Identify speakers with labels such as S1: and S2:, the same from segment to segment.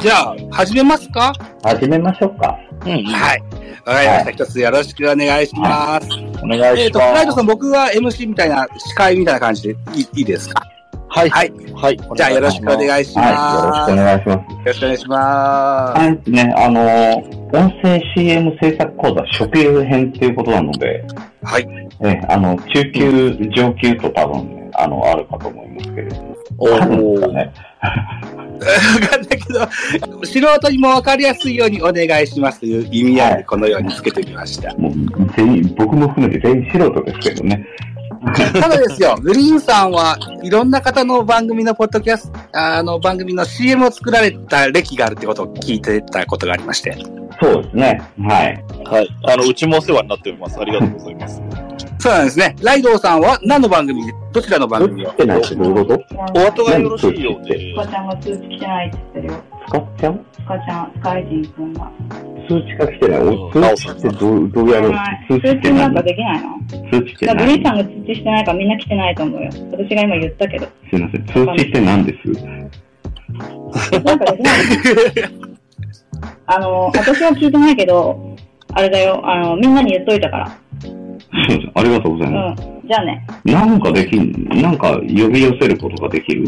S1: じゃあ、始めますか
S2: 始めましょうか。
S1: うん。はい。わかりました。一つよろしくお願いします。
S2: お願い
S1: えっ
S2: し
S1: と、フライ
S2: ま
S1: ト
S2: す。
S1: さん、僕は MC みたいな、司会みたいな感じでいいいいですか
S3: はい。
S1: はい
S3: はい。
S1: じゃあ、よろしくお
S3: い
S1: 願いしま
S2: は
S1: す。
S2: い、
S1: よ
S2: よろしくお願いします。
S1: ろしくお願いしま
S2: はい、ね、あのー、音声 CM 制作講座初級編っていうことなので、
S1: す。はい。
S2: え、あの、中級、上級と多分ね、あの、あるかと思いますけれども。
S3: お
S2: あるんですか
S3: ー
S2: ね。
S1: わかんないけど、素人にもわかりやすいようにお願いしますという意味合いでこのようにつけてみました。
S2: もう、全員、僕も含めて全員素人ですけどね。
S1: ただですよ、グリーンさんはいろんな方の番組のポッドキャスト、あの番組の CM を作られた歴があるってことを聞いてたことがありまして。
S2: そうですね。はい。
S3: はい。あの、うちもお世話になっております。ありがとうございます。
S1: そうなんですね。ライドウさんは何の番組、どちらの番組を
S2: てないってどういうこと
S3: お後がよろしいよう
S2: 何
S3: で
S4: ス。カちゃんが通知来てないって言ってるよ。
S2: 使っちゃう
S4: スカちゃん、スカイジン君が。
S2: 数値化来てない。お数値ってどう、どうやる
S4: 通
S2: 数値って
S4: 知なんか
S2: 何
S4: できないの
S2: 数値って
S4: だからグリーンさ
S2: 何
S4: んが通知してないからみんな来てないと思うよ。私が今言ったけど。
S2: すいません。通知って何です
S4: なんか できないのあの、私は聞いてないけど、あれだよ、あの、みんなに言っといたから。
S2: すいません。ありがとうござ
S4: う
S2: います。
S4: ん。じゃあね。
S2: なんかできん、なんか呼び寄せることができる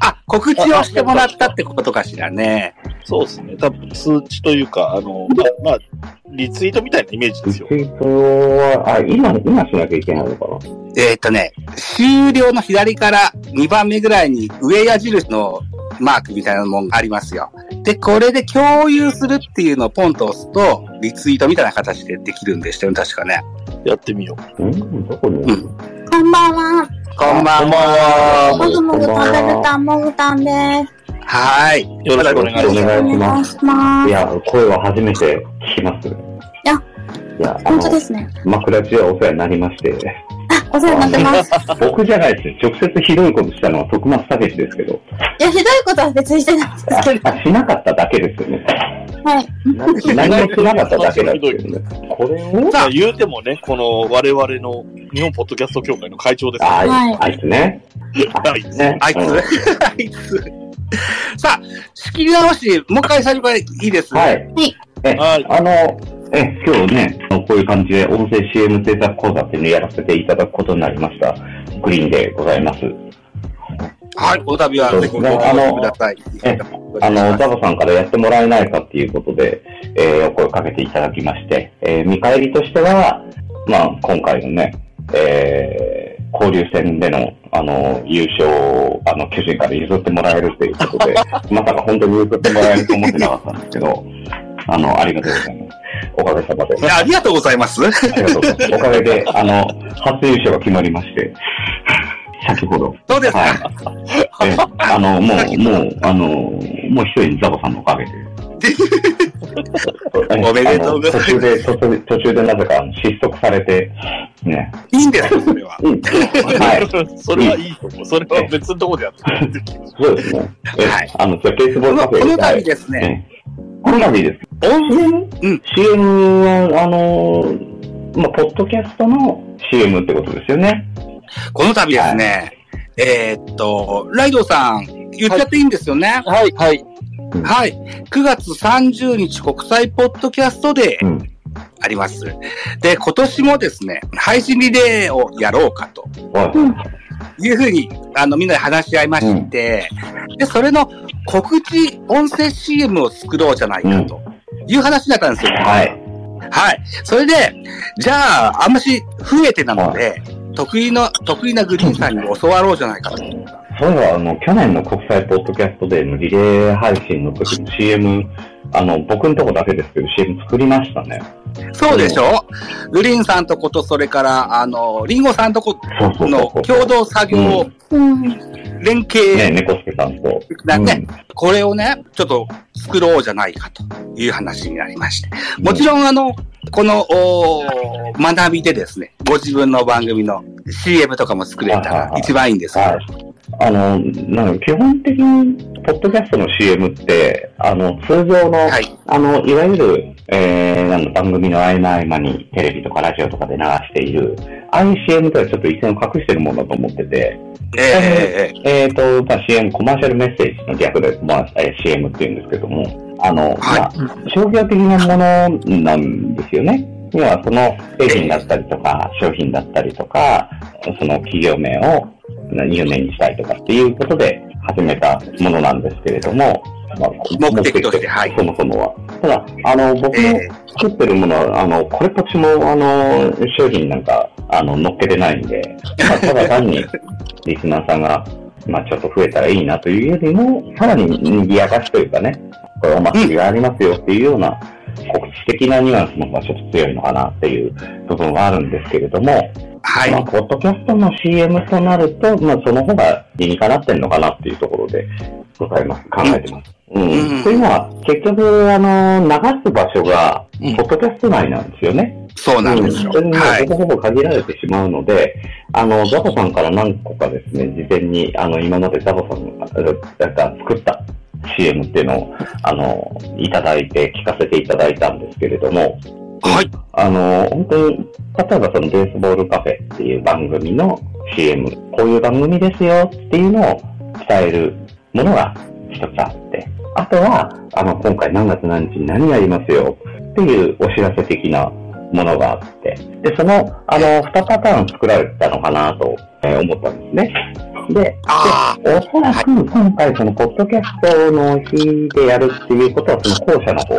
S1: あ、告知をしてもらったってことかしらね。
S3: そうですね。多分通知というか、あの、まあ、まあ、リツイートみたいなイメージですよ。
S2: イートは、あ、今、今しなきゃいけないのかな
S1: えーっ、とね、終了の左から2番目ぐらいに上矢印のマークみたいなもんがありますよ。で、これで共有するっていうのをポンと押すと、リツイートみたいな形でできるんでしたよね、確かね。
S3: やってみよ
S2: うんどこに
S1: う
S5: こんばんは。
S1: こんば
S3: う。
S1: ん
S3: ん
S1: は。
S3: は
S5: もぐもぐ食べたもぐたんです。
S1: はーい。
S3: よろしくお願いします。
S2: お願いし
S5: お願
S2: ま
S5: い
S2: す。
S5: しま
S2: い
S5: す。
S2: や、声は初めて聞きます。い
S5: や、
S2: いや、あ
S5: 本当で
S2: の、
S5: すね。
S2: 枕地はお世話になりまして、
S5: あ、お世話になって ます。
S2: 僕じゃないですよ。直接ひどいことしたのは徳松武ですけ ど、
S5: いや、ひどいことは別にしてないんですけ
S2: あ、しなかっただけですよね。
S5: ど。はい。
S2: 何もしなかっただけだっていう ね。これを
S3: まあ、言うてもね、この我々の日本ポッドキャスト協会の会長ですか
S2: あ、
S5: はい
S2: あいつね。
S3: ら。はい。
S2: ね。
S1: あいつ、
S2: う ん
S1: あいつ。さあ、仕切り直し、もう一回最初からいいです。。
S2: はいい。え、
S3: はい
S2: あの、え、今日ね、こういう感じで音声 CM 制作講座っていうのをやらせていただくことになりました。グリーンでございます。
S1: はい、お旅は
S2: そう
S1: ぜ
S2: で
S1: ひ
S2: す
S1: ご
S2: ね
S1: 協力ください。
S2: えあの、ザボさんからやってもらえないかっていうことで、えーお声をかけていただきまして、えー見返りとしては、まあ、今回のね、えー交流戦での、あの、優勝を、あの、巨人から譲ってもらえるということ で、まさか本当に譲ってもらえると思ってなかったんですけど、あの、ありがとうございます。おかげさまで
S1: い。や、ありがとうございます。
S2: ありがとうございます。おかげで、あの、初優勝が決まりまして、先ほど。
S1: どうですか、
S2: はい。えあの、もう、もう、あの、もう一人ザボさんのおかげで。
S1: おめでとうございます
S2: あの途中で、途中途中でなぜか失速されて、ね。
S1: い、いんですよ、それは。
S2: うん。はい。
S3: それはいいと思う。それは別のところでやってもらって
S2: そうですね。え
S1: はい
S2: あの、じゃあベースボ
S1: こ
S2: ール
S1: の、
S2: カフ
S1: こ
S2: ェ
S1: の
S2: ではい
S1: 度ですね、
S2: ええこの度です。音源、
S1: うん
S2: ?CM は、あのー、まあ、ポッドキャストの CM ってことですよね。
S1: この度ですね、えーっと、ライドさん、言っちゃっていいんですよね。
S3: はい、はい。
S1: はい。9月30日国際ポッドキャストデ
S2: う
S1: ー
S2: ん。
S1: あります。で、今年もですね、配信リレーをやろうかと
S2: はい。
S1: いうふうに、あの、みんなで話し合いまして、で、それの告知音声 CM を作ろうじゃないかという話になったんですよ。
S2: はい。
S1: はい。それで、じゃあ、あんまし増えてなので、得意の、得意なグリーンさんにも教わろうじゃないかと。
S2: そういえば、あの、去年の国際ポッドキャストデーのリレー配信の時の CM、あの、僕のとこだけですけど、CM 作りましたね。
S1: そうでしょ、グリーンさんとこと、それから、あの、リンゴさんとこ
S2: そうそう
S1: の
S2: そうそう。
S1: 共同作業
S5: うん。
S1: 連
S2: ね、
S1: 携、
S2: 猫助さんと。
S1: だね
S2: う
S1: これをね、ちょっと作ろうじゃないかという話になりまして。
S2: ん
S1: もちろん、あの、この、おー学びでですね、ご自分の番組の CM とかも作れたら一番いいんですけど、
S2: はい。あの、なんか基本的に、ポッドキャストの CM って、あの、通常の、
S1: はい
S2: あの、いわゆる、えー、なんだ番組の合間合間にテレビとかラジオとかで流している、ああいう CM とはちょっと一線を隠してるものだと思ってて、
S1: えええ
S2: えーと、まあ、CM、コマーシャルメッセージの逆で、まあえー CM って言うんですけども、あの、
S1: はい
S2: まあ、商業的なものなんですよね。要はその製品だったりとか、商品だったりとか、その企業名を有名にしたいとかっていうことで始めたものなんですけれども、まあ
S1: 目的としてはい
S2: そもそもは。ただ、あの、僕
S1: え
S2: の
S1: え
S2: 作ってるものは、あの、これっぽっちも、あの、商品なんか、あの、乗っけてないんで、まあ、ただ単に、リスナーさんが、 まあ、ちょっと増えたらいいなというよりも、さらに賑やかしというかね、これお祭りがありますよっていうような、告知的なニュアンスの方がちょっと強いのかなっていう部分はあるんですけれども、
S1: はい
S2: まあ、。ポッドキャストの CM となると、まあ、その方が理にかなってんのかなっていうところでございます。考えてます。うん。
S1: うん
S2: というのは、結局、あの、流す場所が、
S3: うん
S2: ポッドキャスト内なんですよね。
S1: そうなんですよ。
S2: それにも
S1: は
S2: ほ
S1: い。
S2: ぼほぼ限られてしまうので、あの、ザボさんから何個かですね、事前に、あの、今までザボさんがなんか作った CM っていうのを、あの、いただいて、聞かせていただいたんですけれども、
S1: はい。
S2: あの、本当に、例えばそのベースボールカフェっていう番組の CM、こういう番組ですよっていうのを伝えるものが一つあって、あとは、あの、今回何月何日に何やりますよっていうお知らせ的なものがあって、で、その、あの、二パターン作られたのかなとえー思ったんですね。で、
S1: あ
S2: おそらく今回、その、ポッドキャストの日でやるっていうことは、その、後者の方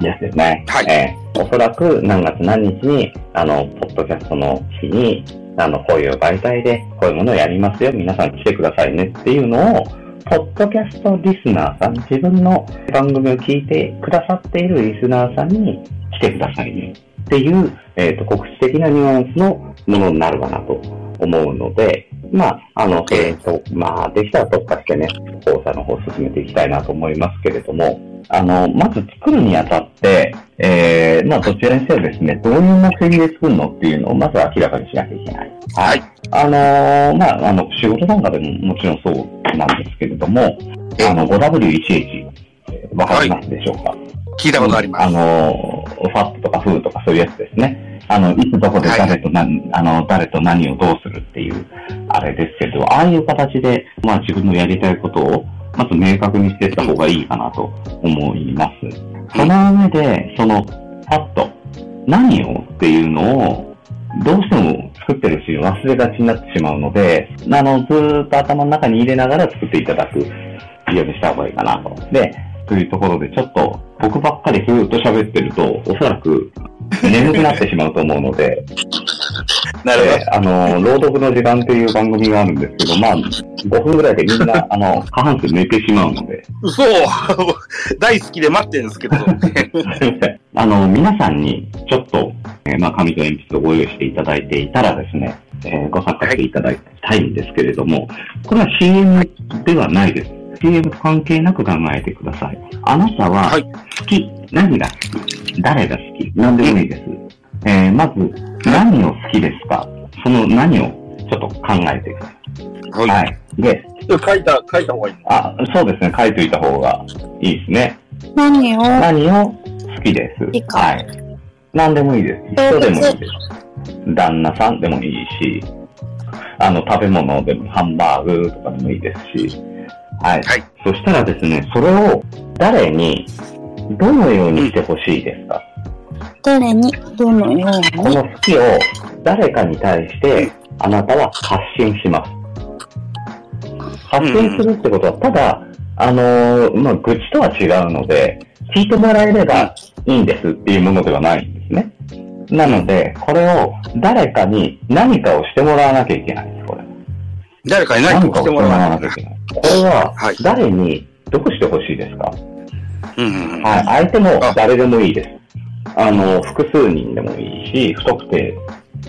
S2: ですよね。
S1: はい
S2: えーおそらく、何月何日に、あの、ポッドキャストの日に、あの、こういう媒体で、こういうものをやりますよ。皆さん来てくださいねっていうのを、ポッドキャストリスナーさん、自分の番組を聞いてくださっているリスナーさんに来てくださいねっていう、えーと、告知的なニュアンスのものになるかなと思うので、まあ、あの、えーと、まあ、できたら特化してね、講座の方進めていきたいなと思いますけれども、あの、まず作るにあたって、えー、まあ、どちらにせよですね、どういう目的で作るのっていうのをまず明らかにしなきゃいけない。
S1: はい。
S2: あのーまあ、あの、仕事なんかでももちろんそうなんですけれども、
S1: え
S2: あの、5W1H、えーわかりますでしょうか、
S1: 聞いたことありま
S2: あ
S1: す。
S2: の、ファットとかフーとかそういうやつですね。あの、いつどこで誰と何、あの、誰と何をどうするっていう、あれですけど、ああいう形で、まあ自分のやりたいことを、まず明確にしていった方がいいかなと思います。その上で、その、ファット、何をっていうのを、どうしても作ってるし忘れがちになってしまうので、あの、ずーっと頭の中に入れながら作っていただくようにした方がいいかなと。で、というところで、ちょっと僕ばっかりずーっと喋ってると、おそらく眠くなってしまうと思うので、
S1: な
S2: えーあの、朗読の時間っていう番組があるんですけど、まあ、5分ぐらいでみんな、あの、過半数抜いてしまうので、
S1: ど。そう。 大好きで待ってるんです けど。
S2: あの、皆さんに、ちょっと、えーまあ、紙と鉛筆をご用意していただいていたらですね、えーご参加していただきたいんですけれども、これは CM ではないです。CM と関係なく考えてください。あなたは
S1: はい、
S2: 好き、何が好き、誰が好き、何でもいいです。えーまず、何を好きですか、その何をちょっと考えてください。
S1: は。
S2: はいい。で、
S3: 書いた、書いた方がいいの
S2: あ、そうですね、書いといた方がいいですね。
S5: 何を
S2: 何を好きです。
S5: いいか
S2: はい。何でもいいです。人
S5: 動物
S2: でもいいです。旦那さんでもいいし、あの、食べ物でも、ハンバーグとかでもいいですし、はい。
S1: はい
S2: そしたらですね、それを誰に、どのようにしてほしいですか、
S5: どれにどのよう
S2: こ
S5: に
S2: の好きを誰かに対して、あなたは発信します。発信するってことは、ただ、あのーまあ、愚痴とは違うので、聞いてもらえればいいんですっていうものではないんですね。なので、これを誰かに何かをしてもらわなきゃいけないんです、これ。
S1: 誰かに何
S2: 何
S1: か
S2: か
S1: して
S2: をして
S1: もら
S2: もら
S1: わ
S2: わ
S1: な
S2: ないき
S1: と
S2: ゃいけない。これは
S1: はい、
S2: 誰にどうしてほしいですか、
S1: うんうん。
S2: はい、相手も
S1: あ
S2: 誰でもいいです。あの、複数人でもいいし、不特定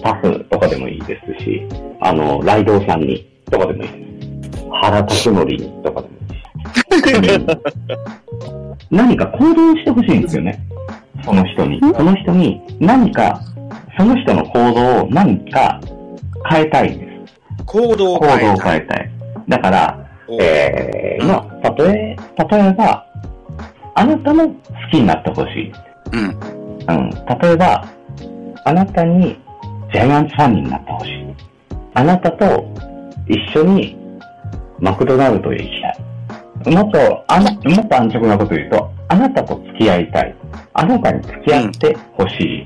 S2: 多数とかでもいいですし、あの、ライドウさんにとかでもいいです。原辰徳にとかでもいいし。うん何か行動してほしいんですよね。その人に。その人に何か、その人の行動を何か変えたいんです。
S1: 行動を
S2: 行動を
S1: 変え
S2: 変え
S1: た
S2: た
S1: い。
S2: い。だから、
S1: お
S2: えー、まあ、例え、例えば、あなたも好きになってほしい。
S1: うん。
S2: うん、例えば、あなたにジャイアンツファンになってほしい。あなたと一緒にマクドナルドへ行きたい。もっと、あなもっと安直なこと言うと、あなたと付き合いたい。あなたに付き合ってほしい。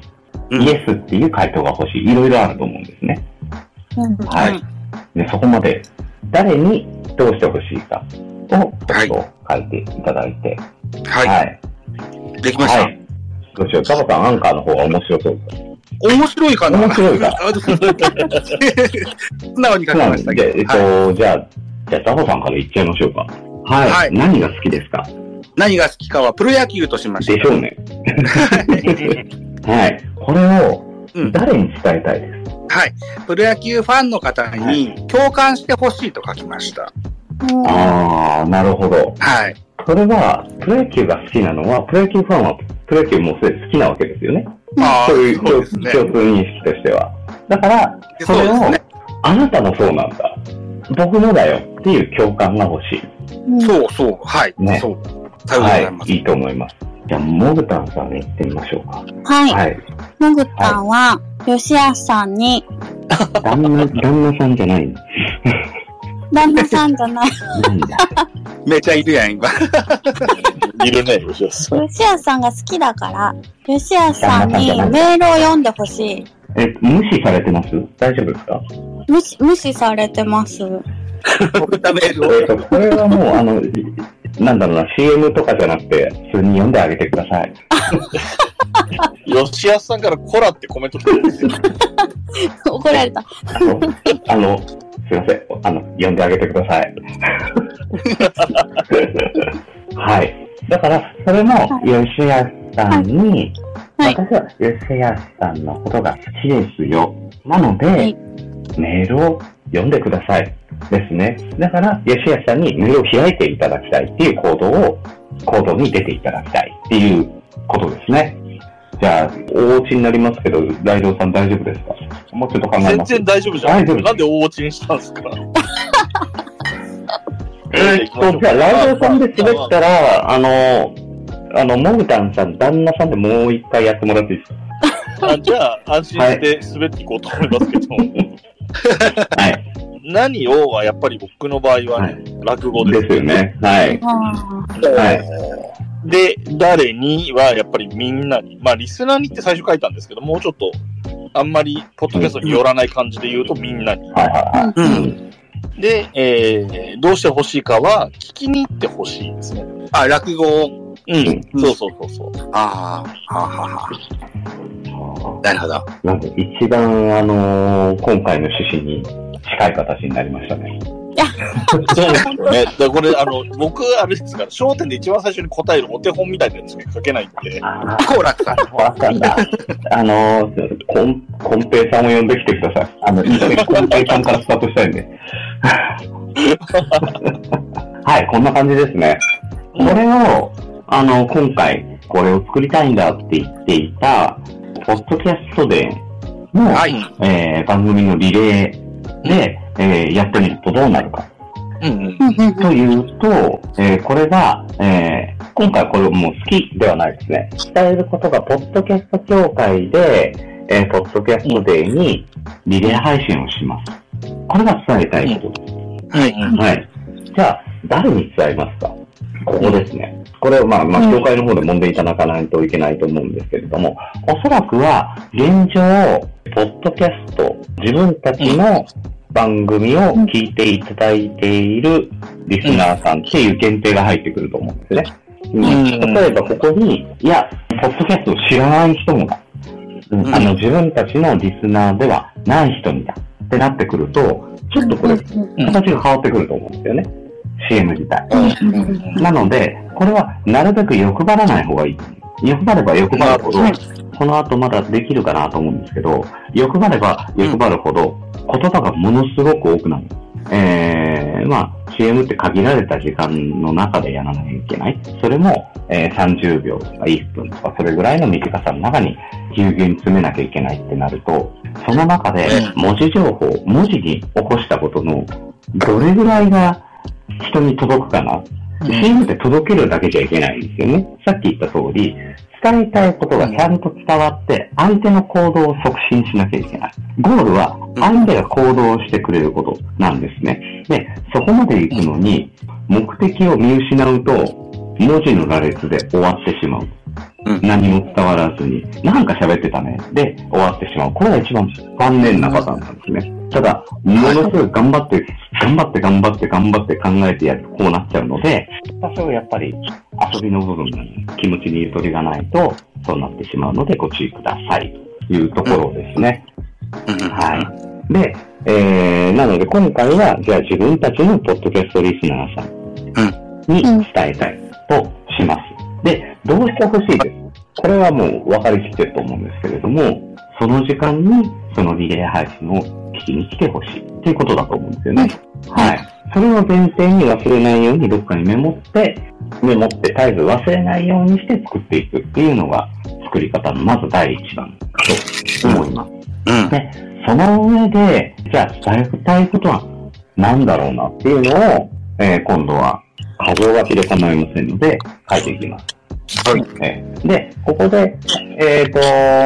S1: うん
S2: イエスっていう回答が欲しい。いろいろあると思うんですね。
S5: うん
S2: はい。で、そこまで、誰にどうしてほしいかを、ちょっと書いていただいて。。
S1: はいい。できました。
S2: はいどうしよう。タバさん、アンカーの方が面白そうです。
S1: 面白いかな
S2: 面 白いか
S1: 素直に書きましたけ
S2: で、えっ
S1: ど。
S2: と、
S1: はい
S2: じゃあ、じゃあ、タバさんから言っちゃいましょうか。はい。
S1: はい
S2: 何が好きですか
S1: 何が好きかはプロ野球としま
S2: で
S1: しょ
S2: しょうね。はい。これを
S1: うん、
S2: 誰に伝えたいですか、
S1: はい。プロ野球ファンの方に共感してほしいと書きました。
S2: あー、なるほど。
S1: はい。
S2: それは、プロ野球が好きなのは、プロ野球ファンは、プロ野球もうすでに好きなわけですよね。
S1: ああ、
S2: そういう
S1: そう
S2: 共
S1: ですね。
S2: 共通認識としては。だから、それ
S1: そうです
S2: を
S1: ね、
S2: あなたもそうなんだ。僕もだよっていう共感が欲しい。
S1: そうそう。はい。
S2: ね
S1: そう。さようでございま
S2: は
S1: す
S2: い、。いいと思います。じゃあ、モグタンさんに行ってみましょうか。
S5: はい。
S2: はい。
S5: もぐたんは、吉安さんに、
S2: 旦那、旦那さんじゃない。
S5: 旦那さんじゃない、
S2: なんだ。
S1: めちゃいるやん、今。
S3: いるね、吉田さん。
S5: 吉安さんが好きだから、吉安さんにメールを読んでほしい。
S2: え、無視されてます大丈夫ですか
S5: 無視、無視されてます。
S1: 送ったメール
S2: えっ
S1: を。
S2: と、これはもう、あの、なんだろうな、CM とかじゃなくて、普通に読んであげてください。
S3: 吉田さんからコラってコメント来てるんです よ。
S5: 怒られた。
S2: あの、あのすいません。あの、呼んであげてくだ さい。はい。だから、それも、吉安さんに、
S5: はい
S2: 私は吉安さんのことが好きですよ。なので、
S5: はい
S2: メールを読んでください。ですね。だから、吉安さんにメールを開いていただきたいっていう行動を、行動に出ていただきたいっていうことですね。じゃあ、お家になりますけど、大道さん大丈夫ですかもうちょっと考え
S3: 全
S2: ます。
S3: 然大丈夫じゃ
S2: 大丈夫
S3: ん。なんで大落ちにしたんですか
S2: えーっと、じゃあ、ライドさんで滑ったら、あの、あの、モグタンさん、旦那さんでもう一回やってもらっていいです
S3: あじゃあ、安心して滑っていこうと思いますけど、
S2: かはい。
S3: 何をはやっぱり僕の場合はね、落語です。
S2: ですよね。はい。
S5: あ
S2: はい。
S3: で、誰にはやっぱりみんなに、まあリスナーにって最初書いたんですけど、もうちょっと、あんまりポッドキャストに寄らない感じで言うとみんなに。
S2: はいは
S1: う。
S2: いはい。うんん。
S3: で、えーどうしてほしいかは、聞きに行ってほしいですね。
S1: あ、落語を。
S3: うん、そうそうそうそう。
S1: ああ、はあはあはあ。なるほど。
S2: なんか、一番、あのー今回の趣旨に近い形になりましたね。
S3: そうですよ ね。だからこれ、あの、僕、あれですから、焦点で一番最初に答えるお手本みたいなやつに書けないんで、
S2: あ
S1: 好楽さん。
S2: あ、わかんだ。あのー、こん、こんぺいさんを呼んできてください。あの、一緒にこんぺいさんからスタートしたいんで。 はい、こんな感じですね。これを、あの、今回、これを作りたいんだって言っていた、ポッドキャストでの、
S1: はい。
S2: えー番組のリレーで、えーやってみるとどうなるか。
S3: うんうん。
S5: ーうん
S2: というと、えーこれが、えー今回これもう好きではないですね。伝えることが、ポッドキャスト協会で、えーポッドキャストデーにリレー配信をします。これが伝えたいことです
S1: はい。
S2: はい。じゃあ、誰に伝えますかここですね。これはまあ、まあ、協会の方で問題いただかないといけないと思うんですけれども、おそらくは、現状、ポッドキャスト、自分たちの番組を聞いていただいているリスナーさんっていう限定が入ってくると思うんですね。
S3: ん
S2: 例えばここに、いや、ポッドキャストを知らない人もだ。うんあの、自分たちのリスナーではない人にだ。ってなってくると、ちょっとこれ、形が変わってくると思うんですよね。CM 自体。なので、これはなるべく欲張らない方がいい。欲張れば欲張るほど、この後まだできるかなと思うんですけど、欲張れば欲張るほど、言葉がものすごく多くなる。えー、まあ、CM って限られた時間の中でやらなきゃいけない。それも、えー30秒とか1分とか、それぐらいの短さの中に、急限詰めなきゃいけないってなると、その中で文字情報、文字に起こしたことの、どれぐらいが人に届くかな信じて届けるだけじゃいけないんですよね。さっき言った通り、伝えたいことがちゃんと伝わって、相手の行動を促進しなきゃいけない。ゴールは、
S1: うん
S2: 相手が行動してくれることなんですね。で、そこまで行くのに、目的を見失うと、文字の羅列で終わってしまう。
S1: うん
S2: 何も伝わらずに、なんか喋ってたね。で、終わってしまう。これが一番残念なパターンなんですね。ただ、ものすごい頑張って、頑張って頑張って頑張って考えてやるとこうなっちゃうので、多少やっぱり遊びの部分がね気持ちにゆとりがないと、そうなってしまうのでご注意ください。というところですね。はい。で、えー、なので今回は、じゃあ自分たちのポッドキャストリスナーさんに伝えたいとします。で、どうしてほしいですこれはもう分かりきってると思うんですけれども、その時間にそのリレー配信を聞きに来てほしいっていうことだと思うんですよね。はい。それを前提に忘れないようにどっかにメモって、メモって絶えず忘れないようにして作っていくっていうのが作り方のまず第一弾かと思います。
S1: うん。
S2: ね、その上で、じゃあ伝えたいことは何だろうなっていうのを、えー今度は箇条書きで構いませんので、書いていきます。
S1: はい
S2: えーで、ここで、えっ、と、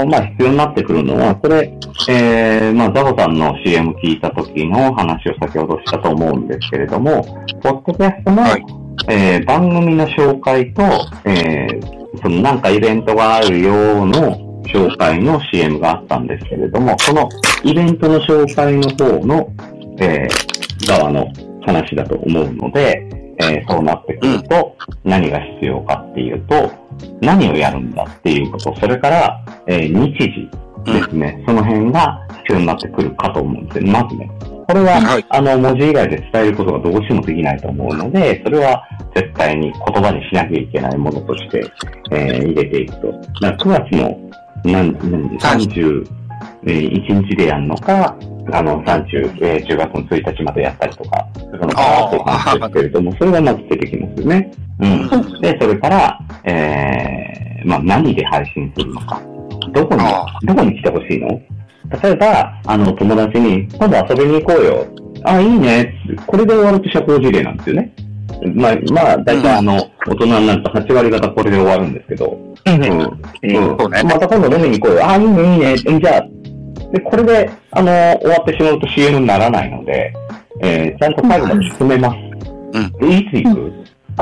S2: まあ、必要になってくるのは、これ、えーまあ、ザボさんの CM 聞いた時の話を先ほどしたと思うんですけれども、ポッドキャストの、
S1: はい
S2: えー番組の紹介と、えーそのなんかイベントがあるようの紹介の CM があったんですけれども、そのイベントの紹介の方の、えー側の話だと思うので、えーそうなってくると、何が必要かっていうと、何をやるんだっていうこと、それから、えー日時ですね、その辺が必要になってくるかと思うんですよ。まずね、これは、
S1: はい
S2: あの、文字以外で伝えることがどうしてもできないと思うので、それは絶対に言葉にしなきゃいけないものとして、えー入れていくと。だから9月の何、何、31日でやるのか、あの、30、えー10月の1日までやったりとか、そのかと思うんですけれども、それがまず出てきますよね。うん。で、それから、えー、まあ、何で配信するのか。どこに
S1: あ、
S2: どこに来てほしいの例えば、あの、友達に、今度遊びに行こうよ。あ、いいね。これで終わると社交辞令なんですよね。まあ、まあ、大体あの、大人になると8割方これで終わるんですけど。うん。うん。
S1: そうね
S2: また今度飲みに行こうよ。あ、いいね、いいね。うんじゃあ、で、これで、あの、終わってしまうと CM にならないので、えー、ちゃんと最後まで進めます。
S1: うん
S2: で、いつ行く、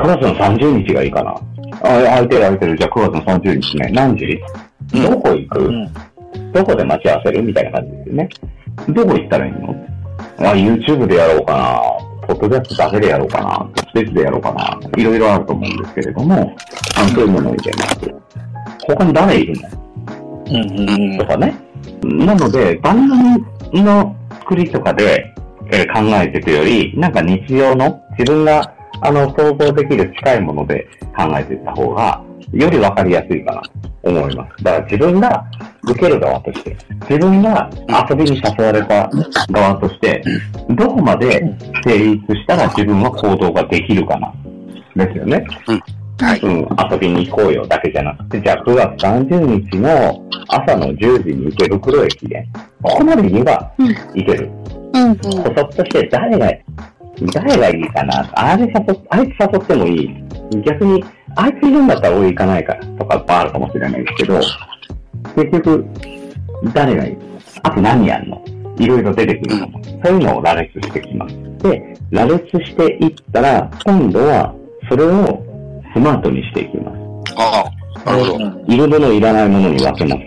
S2: ?9 月の30日がいいかな。あ、空いてる空いてる。じゃあ9月の30日ね。何時、
S1: うん
S2: どこ行く、
S3: うん
S2: どこで待ち合わせるみたいな感じですよね。どこ行ったらいいのあ、YouTube でやろうかな。ポッドキャストだけでやろうかな。スペースでやろうかな。いろいろあると思うんですけれども、あのそういうものを入れます。他に誰いるの
S3: うんうん
S2: とかね。なので、番組の作りとかで、えー考えていくより、なんか日常の自分があの想像できる近いもので考えていった方が、よりわかりやすいかなと思います。だから自分が受ける側として、自分が遊びに誘われた側として、どこまで成立したら自分は行動ができるかな。ですよね。
S1: はい。
S2: うん、遊びに行こうよだけじゃなくて、じゃあ9月30日の朝の10時に池袋駅で、ここまでには
S5: うん
S2: 行ける。
S5: うんうん。
S2: 補足として誰が、誰がいいかな。あれ誘っ、あいつ誘ってもいい。逆に、あいついるんだったら俺行かないからとかもあるかもしれないですけど、結局、誰がいいあと何やんのいろいろ出てくるのも。そういうのを羅列してきます。で、羅列していったら、今度は、それをスマートにしていきます。
S1: ああ、なるほど。
S2: いるもの、いらないものに分けます。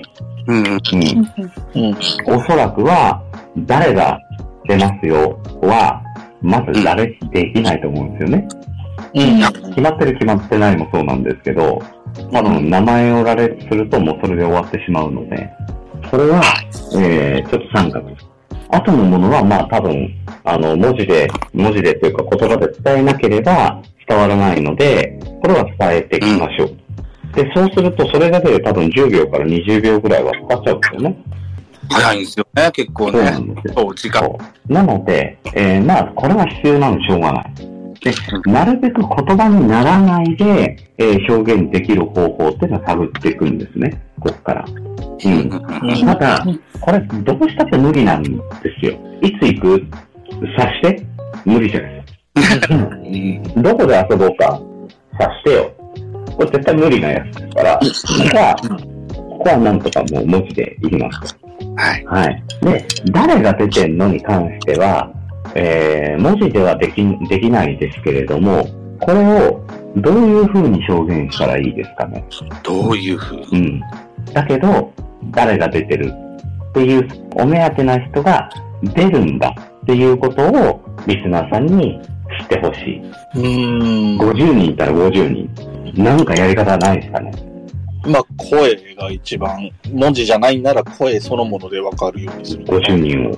S1: うんうん。
S2: うん
S3: うんうん
S2: おそらくは、誰が出ますよは、まず誰できないと思うんですよね。決まってる決まってないもそうなんですけど、まあ、その名前を羅列するともうそれで終わってしまうので、それは、えー、ちょっと三角。後のものは、まあ多分、あの、文字で、文字でというか言葉で伝えなければ伝わらないので、これは伝えていきましょう。で、そうすると、それだけで多分10秒から20秒ぐらいはかかっちゃうんですよね。
S1: 早いんですよね、結構
S2: そう
S1: ね。
S2: なんですよ。
S1: そう、時間。
S2: なので、えーまあ、これは必要なのでしょうがない。で、なるべく言葉にならないで、えー表現できる方法っていうのを探っていくんですね、ここから。う。
S1: うんん。
S2: ただ、これ、どうしたって無理なんですよ。いつ行く察して無理じゃないですか。どこで遊ぼうか察してよ。これ絶対無理なやつですから、ここは、ここはなんとかもう文字でいきます。
S1: はい。
S2: はい。で、誰が出てんのに関しては、えー、文字ではできできないですけれども、これをどういう風に表現したらいいですかね。
S1: どういうふうに
S2: うん。だけど、誰が出てるっていう、お目当てな人が出るんだっていうことを、リスナーさんに知ってほしい。
S3: うーん。
S2: 50人いたら50人。なんかやり方ないですかね。
S3: まあ、声が一番、文字じゃないなら声そのものでわかるようにする。
S2: 50人を。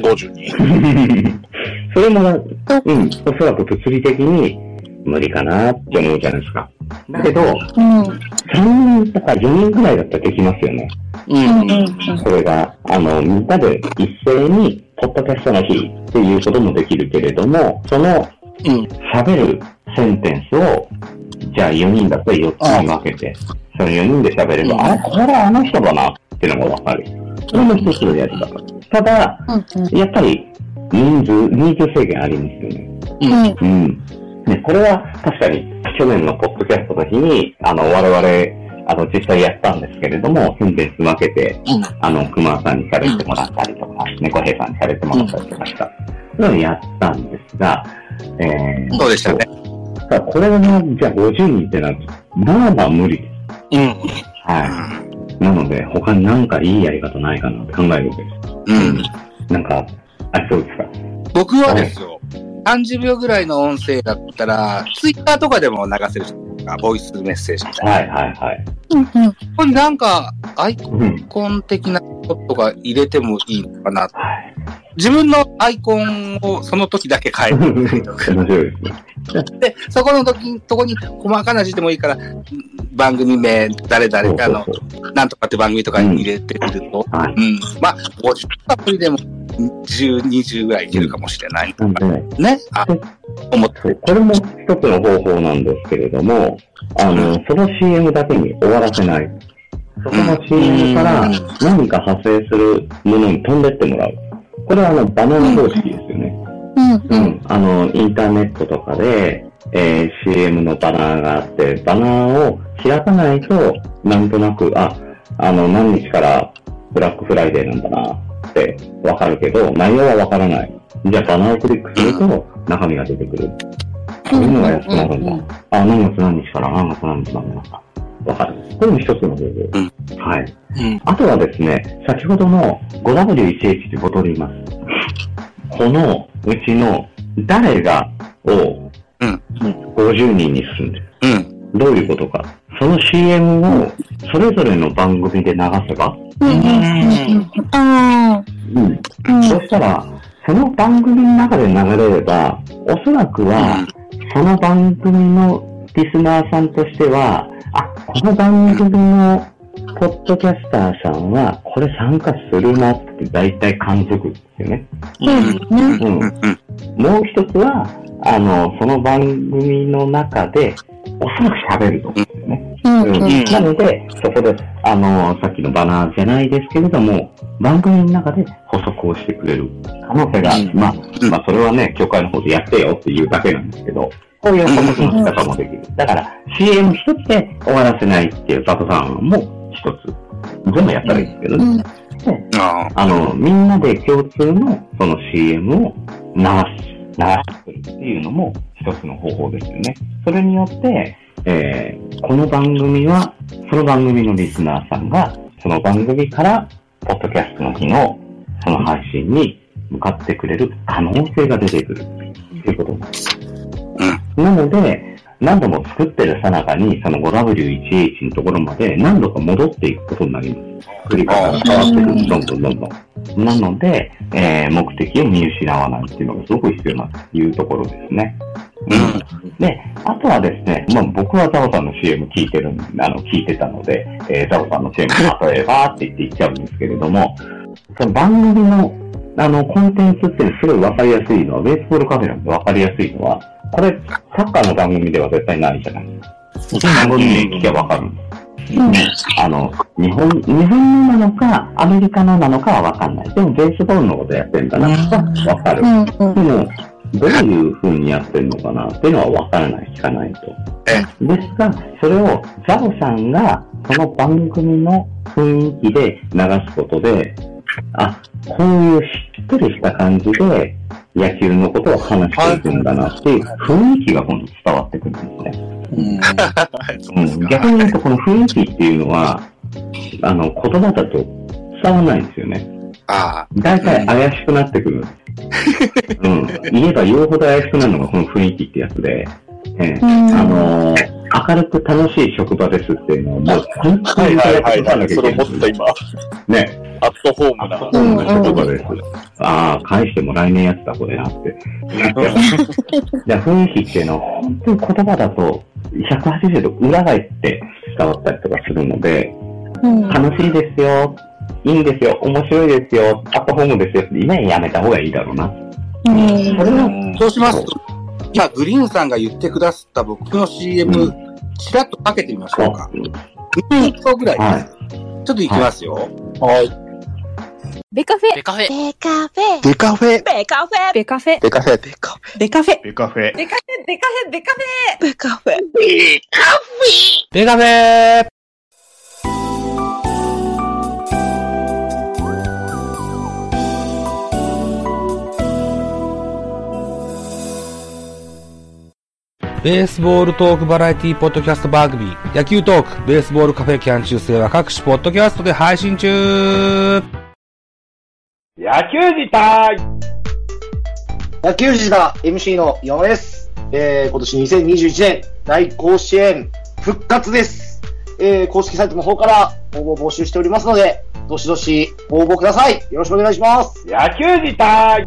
S3: 50人。
S2: それもな、うん、おそらく物理的に無理かなって思うじゃないですか。だけど、
S5: うん。
S2: 3人とか4人くらいだったらできますよね。
S1: う
S4: うん
S1: ん。
S4: うんうん。
S2: それが、あの、みんなで一斉に、ポッドキャストの日っていうこともできるけれども、その
S1: うん。
S2: 喋るセンテンスを、じゃあ4人だったら4つに分けて、その4人で喋れば、あ、これあの人だなっていうのがわかる。それも一つのやり方。ただ、やっぱり人数、人数制限ありますよね。
S5: うん。
S2: うん。ね、これは確かに去年のポッドキャストの日に、あの、我々、あの、実際やったんですけれども、センテンス分けて、
S1: うん
S2: あの、熊さんにされてもらったりとか、猫兵さんにされてもらったりとかした、そういうのをやったんですが、えー、
S1: そうでしたね。
S2: さあこれが、じゃあ50人ってのは、まあまあ無理です。
S3: うん。
S2: はい。なので、他になんかいいやり方ないかなって考えるわけで
S1: うん。
S2: す。なんか、ありそうですか
S1: 僕はですよ、30秒ぐらいの音声だったら、ツイッターとかでも流せるじゃないですか、ボイスメッセージみたいな。
S2: はいはいはい。
S5: うん。
S1: ここになんか、アイ
S2: うん。
S1: コン的なことが入れてもいいのかな。
S2: はい。
S1: 自分のアイコンをその時だけ変え
S2: 面
S1: る
S2: 白い ですね。
S1: で、そこの時、とこに細かな字でもいいから、番組名、誰々かの
S2: そう、そうそ
S1: なんとかって番組とかに入れてみると、
S2: うはい。
S1: うん。まあ、50アプリでも10、20ぐらいいけるかもしれない。
S2: なんで、
S1: ね。あ、思っ
S2: そうこれも一つの方法なんですけれども、あの、その CM だけに終わらせない。そこの CM から
S1: うん
S2: 何か派生するものに飛んでってもらう。これはあの、バナナ方式ですよね。
S5: うん。
S2: うん。あの、インターネットとかで、えー CM のバナーがあって、バナーを開かないと、なんとなく、あ、あの、何日からブラックフライデーなんだなってわかるけど、内容はわからない。じゃあバナーをクリックすると、中身が出てくる。そういうのが安くなるんだ。あ、何月何日から何月何日までなんだ。わかる。これも一つの方法。
S1: うん
S2: はい。
S3: うん。
S2: あとはですね、先ほどの 5W1H に戻ります。このうちの誰がを
S1: うん
S2: 50人にするんです。
S1: うん。
S2: どういうことか。その CM をそれぞれの番組で流せば、
S3: うん。
S2: うん、
S5: ああ。うん。
S2: そうしたら、その番組の中で流れれば、おそらくは、その番組のリスナーさんとしては、あ、この番組のポッドキャスターさんは、これ参加するなって大体感づくんですよね。
S1: うん。
S2: う
S1: うんん。うん。
S2: もう一つは、あの、その番組の中で、おそらく喋ると思うんですよね。
S5: うん。
S2: う
S5: うん。
S2: んなので、そこで、あのさっきのバナーじゃないですけれども、番組の中で補足をしてくれる可能性がある。
S3: うん
S2: まあ、まあ、それはね、協会の方でやってよっていうだけなんですけど、こういう補足の仕方もできる。だから、CM 一つで終わらせないっていうパターンも一つ。全部やったらいいんですけどね。
S5: うん
S1: あ
S2: あの、みんなで共通のその CM を流す、流してくるっていうのも一つの方法ですよね。それによって、えーこの番組は、その番組のリスナーさんが、その番組から、ポッドキャストの日の、その配信に向かってくれる可能性が出てくるということなんです。なので、何度も作ってるさなかに、その 5W1H のところまで何度か戻っていくことになります。作り方が変わってくる、どんどんどんどん。なので、えー目的を見失わないっていうのがすごく必要なというところですね。うん。で、あとはですね、まあ僕はザオさんの CM 聞いてるん、あの、聞いてたので、えーザオさんの CM 例えばって言って言っちゃうんですけれども、その番組の、あの、コンテンツっていうのすごいわかりやすいのは、ベースボールカフェなんでわかりやすいのは、これ、サッカーの番組では絶対ないじゃないですか。番組で聞けばわかるんです。あの、日本、日本のなのか、アメリカのなのかはわかんない。でも、ベースボールのことやってるんだな、わかる。
S5: うん。
S2: でも、どういう風にやってるのかなっていうのは分からない、聞かないと。
S1: え
S2: ですが、それをザボさんがこの番組の雰囲気で流すことで、あ、こういうしっとりした感じで野球のことを話していくんだなっていう雰囲気が今度伝わってくるんですね。
S6: うん。
S3: はい、そう
S2: う
S3: です
S2: ん、
S3: か。
S2: 逆に言うと、この雰囲気っていうのは、あの、言葉だと伝わらないんですよね。
S1: あ
S2: 大体怪しくなってくる。うん。言えば言うほど怪しくなるのがこの雰囲気ってやつで、ええ
S5: うん
S2: あのー明るく楽しい職場ですっていうのを、もう、本当
S3: はい
S2: に
S3: はいはい
S2: 言わ
S3: は。
S2: ないきゃ
S3: そ
S2: い
S3: れ
S2: けな
S3: をも
S2: い
S3: っと今、
S2: ね。
S3: アットホームな。
S2: そういう職場です。ああ、返してもらえねえやつだ、これなって。じゃあ雰囲気っていうのは、本当に言葉だと、180度裏返って伝わったりとかするので、
S5: うん。
S2: 楽しいですよ、いいんですよ、面白いですよ、アットホームですよって、今やめた方がいいだろうな。
S5: うん
S2: それは、
S1: あ。そうしますと、今、グリーンさんが言ってくださった僕の CM、
S2: う
S1: ちらっとかけてみましょうか。
S2: は
S1: 2分後ぐらいで
S2: い。
S1: す。ちょっといきますよ。
S3: はい。
S7: ベカフェ
S6: ベカフェ。
S5: ベカフェ。
S8: デカフェ、
S5: ベカフェ。
S7: ベカフェ
S8: デカフェ、
S6: ベカフ
S5: ベカフェ。
S9: ベカフ
S7: ベカ
S9: ェ。
S7: フェベカフェベカフ
S5: ベカフェ。
S6: ェ。ベカフェベースボールトークバラエティポッドキャスト番組、野球トーク、ベースボールカフェキャン中世は各種ポッドキャストで配信中
S2: 野球自体
S10: 野球児だ MC の山根です、えー、今年2021年大甲子園復活です、えー、公式サイトの方から応募募集しておりますのでどしどし応募くださいよろしくお願いします
S2: 野球自体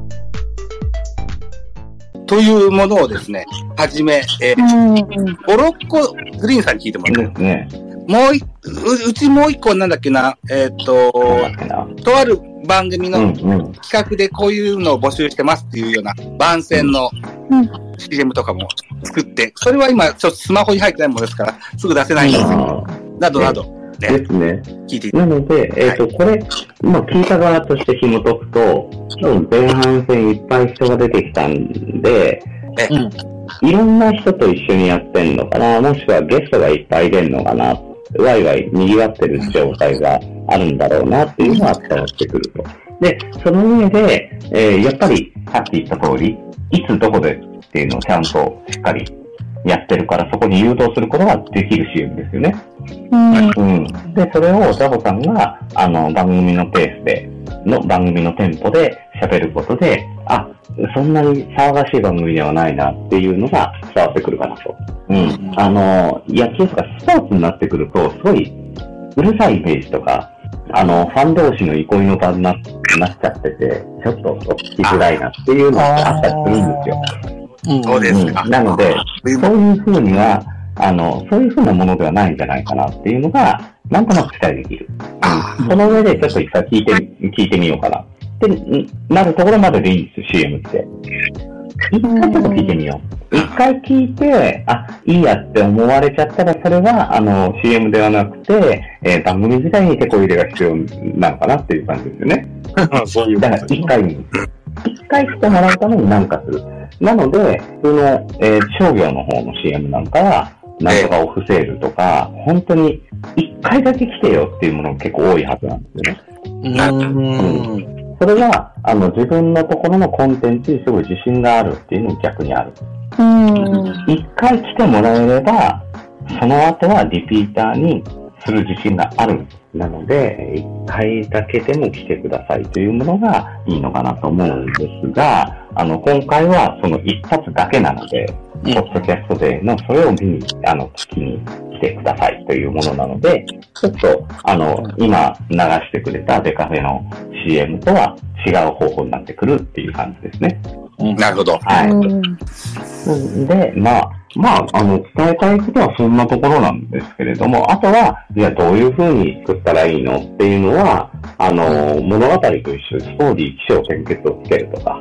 S1: というものをですね、はじめ、えー、
S5: うん。
S1: 5、6個、グリーンさんに聞いてもら
S2: で
S1: う。
S2: すね。
S1: もうい、ううちもう一個なんだっけな、えっ、
S2: そう
S1: と
S2: だっ、けな。
S1: とある番組
S2: うん
S1: の
S2: うん。
S1: 企画でこういうのを募集してますっていうような番宣の
S5: うん
S1: CM とかも作って、それは今、ちょっとスマホに入ってないものですから、すぐ出せないんですよ。
S2: あ
S1: などなど、
S2: あですね。
S1: 聞いていた
S2: なので、えっ、と、これ、まあ、聞いた側として紐解くと、今日前半戦いっぱい人が出てきたんで、
S1: え
S2: いろんな人と一緒にやってんのかな、もしくはゲストがいっぱい出んのかな、ワイワイ賑わってる状態があるんだろうなっていうのは伝わってくると。で、その上で、えーやっぱりさっき言った通り、いつどこでっていうのをちゃんとしっかりやってるから、そこに誘導することができる CM ですよね。うん。で、それをザボさんが、あの、番組のペースで、の番組のテンポで喋ることで、あ、そんなに騒がしい番組ではないなっていうのが伝わってくるかなと。うん。あの、野球とかスポーツになってくると、すごい、うるさいイメージとか、あの、ファン同士の憩いの場にななっちゃってて、ちょっと聞きづらいなっていうのがあったりするんですよ。
S1: そうですか
S2: うん、なので、そういうふうには、あの、そういうふうなものではないんじゃないかなっていうのが、なんとなく期待できる。うんその上でちょっと一回聞いてみ、聞いてみようかな。で、んなるところまででいいんですよ、CM って。一回ちょっと聞いてみよう。一回聞いて、あ、いいやって思われちゃったら、それは、あの、CM ではなくて、えー番組自体に手こ入れが必要なのかなっていう感じですよね。
S3: そういうこ
S2: だから
S3: とですね
S2: 一回に、一回してもらうために何かする。なので、その、えー商業の方の CM なんかは、なんとかオフセールとか、本当に一回だけ来てよっていうものが結構多いはずなんですよね。
S6: うん。
S2: それが、あの、自分のところのコンテンツにすごい自信があるっていうのが逆にある。
S5: うん。
S2: 一回来てもらえれば、その後はリピーターにする自信がある。なので、一回だけでも来てくださいというものがいいのかなと思うんですが、あの、今回はその一発だけなので、ポッドキャストでのそれを見に、あの、聞きに来てくださいというものなので、ちょっと、あの、今流してくれたデカフェの CM とは違う方法になってくるっていう感じですね。
S1: なるほど。
S2: はい。
S5: うん
S2: で、まあ、まあ、あの、伝えたいことはそんなところなんですけれども、あとは、じゃあどういうふうに作ったらいいのっていうのは、あの、物語と一緒にストーリー、気象転結をつけるとか、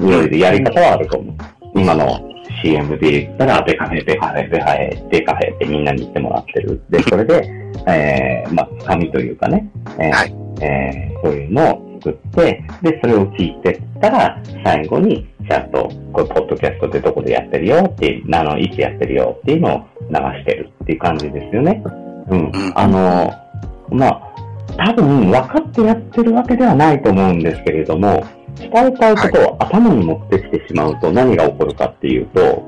S2: いろいろやり方はあると思う。今の CM で言ったら、デカフェ、デカフェ、デカフェ、デカフェってみんなに言ってもらってる。で、それで、えー、まあ、つかみというかね、えー
S1: は
S2: えーそういうのを作って、で、それを聞いてったら、最後に、ちゃんと、これ、ポッドキャストってとこでやってるよっていう、あの、いつやってるよっていうのを流してるっていう感じですよね。うん。あの、まあ、多分分かってやってるわけではないと思うんですけれども、伝えたいことを頭に持ってきてしまうと何が起こるかっていうと、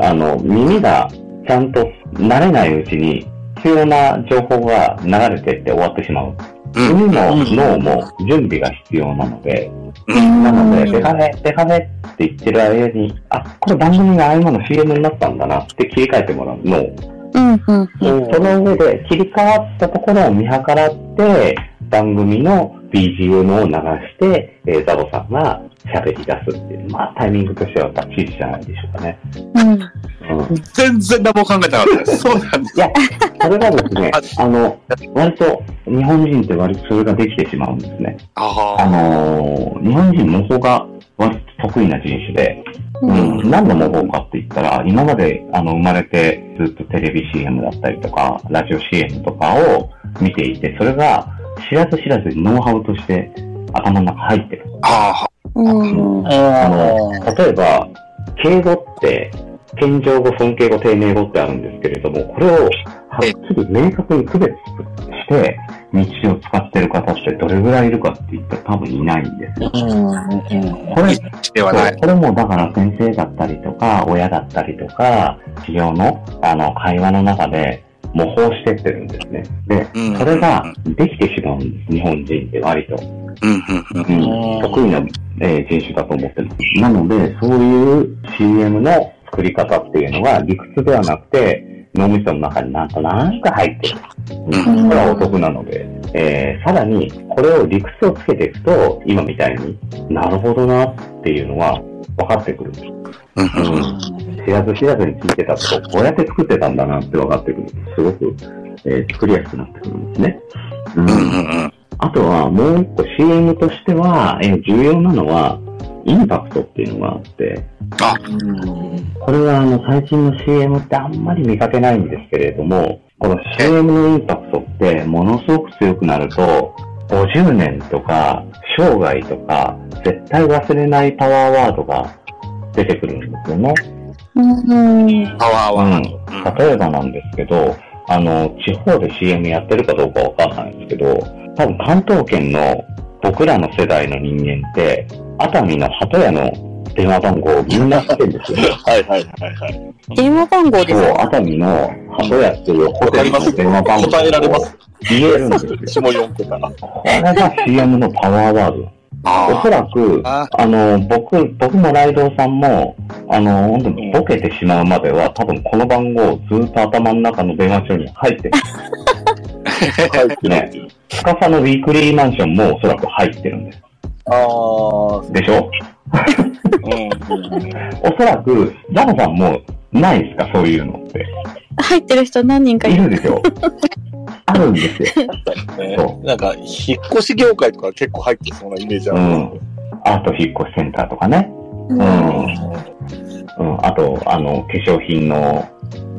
S2: あの、耳がちゃんと慣れないうちに必要な情報が流れてって終わってしまう。耳も脳も準備が必要なので、なので、デカフェ、デカフェって言ってる間に、あ、これ番組が合間の CM になったんだなって切り替えてもらうのを
S5: うんうん。
S2: その上で切り替わったところを見計らって、番組の BGM を流して、えーザボさんが喋り出すっていう、まあタイミングとしてはバッチリじゃないでしょうかね。
S5: うん。
S2: うん、い
S1: 全然何も考えてなかったです。そうなんです。
S2: や、それがですね、あの、割と日本人って割とそれができてしまうんですね。
S1: あ
S2: あのー日本人模倣が割と得意な人種で、うん、何の模倣かって言ったら、今まであの生まれてずっとテレビ CM だったりとか、ラジオ CM とかを見ていて、それが知らず知らずにノウハウとして頭の中入ってる。
S1: あ
S5: うん。
S2: あの例えば、敬語って、謙譲語、尊敬語、丁寧語ってあるんですけれども、これをはっきり明確に区別して、日常使ってる方ってどれぐらいいるかって言ったら多分いないんですよ。
S1: あ、
S2: これ
S1: 一致ではな
S2: そう
S1: い。
S2: これもだから先生だったりとか、親だったりとか、治療のあの会話の中で模倣してってるんですね。で
S1: うん、
S2: それができてしまうんです、日本人って割と。
S1: うん、うん、うん。
S2: うん得意な、えー人種だと思ってます。なので、そういう CM の作り方っていうのは理屈ではなくて、脳みその中になんとなく入ってる。うん、これはお得なので、えーさらにこれを理屈をつけていくと、今みたいになるほどなっていうのは分かってくる。
S1: うん
S2: う、ん、知らず知らずに聞いてたことをこうやって作ってたんだなって分かってくる。すごく、えー作りやすくなってくるんですね。う
S1: うん、うんん、
S2: あとはもう一個 CM としては、えー重要なのは、インパクトっていうのがあって、
S1: あ
S2: これはあの最近の CM ってあんまり見かけないんですけれども、この CM のインパクトってものすごく強くなると、50年とか生涯とか絶対忘れないパワーワードが出てくるんですよね。
S5: うん。
S1: パワーワン。
S2: うん、例えばなんですけど、あの、地方で CM やってるかどうかわかんないんですけど、多分関東圏の僕らの世代の人間って、熱海の鳩屋の電話番号をみんな知ってるん ですよ。
S3: はいはいはいはい。
S5: 電話番号で
S2: そう、
S5: す。
S2: 熱海の鳩屋っていうホテルの電話番号を
S3: 答えられます
S2: 言えるんですよ。
S3: 私も4桁。
S2: これが CM のパワーワード。お
S1: あ
S2: そらく、
S1: あ
S2: あの、僕、僕もライドウさんも、あの、本当にボケてしまうまでは、多分この番号ずっと頭の中の電話帳に入ってる。 入ってね。つかさのウィークリーマンションもおそらく入ってるんです。
S3: ああ、
S2: でしょ
S3: う
S2: お
S3: ん。
S2: そらく、ザボさんもないですかそういうのって。
S5: 入ってる人何人かい
S2: い
S5: る。
S2: るでしょ あるんですよ。
S3: ね
S2: そ、
S3: なんか、引っ越し業界とか結構入ってそうなイメージある。
S2: うんアート引っ越しセンターとかね。うん。うん、あと、あの、化粧品の、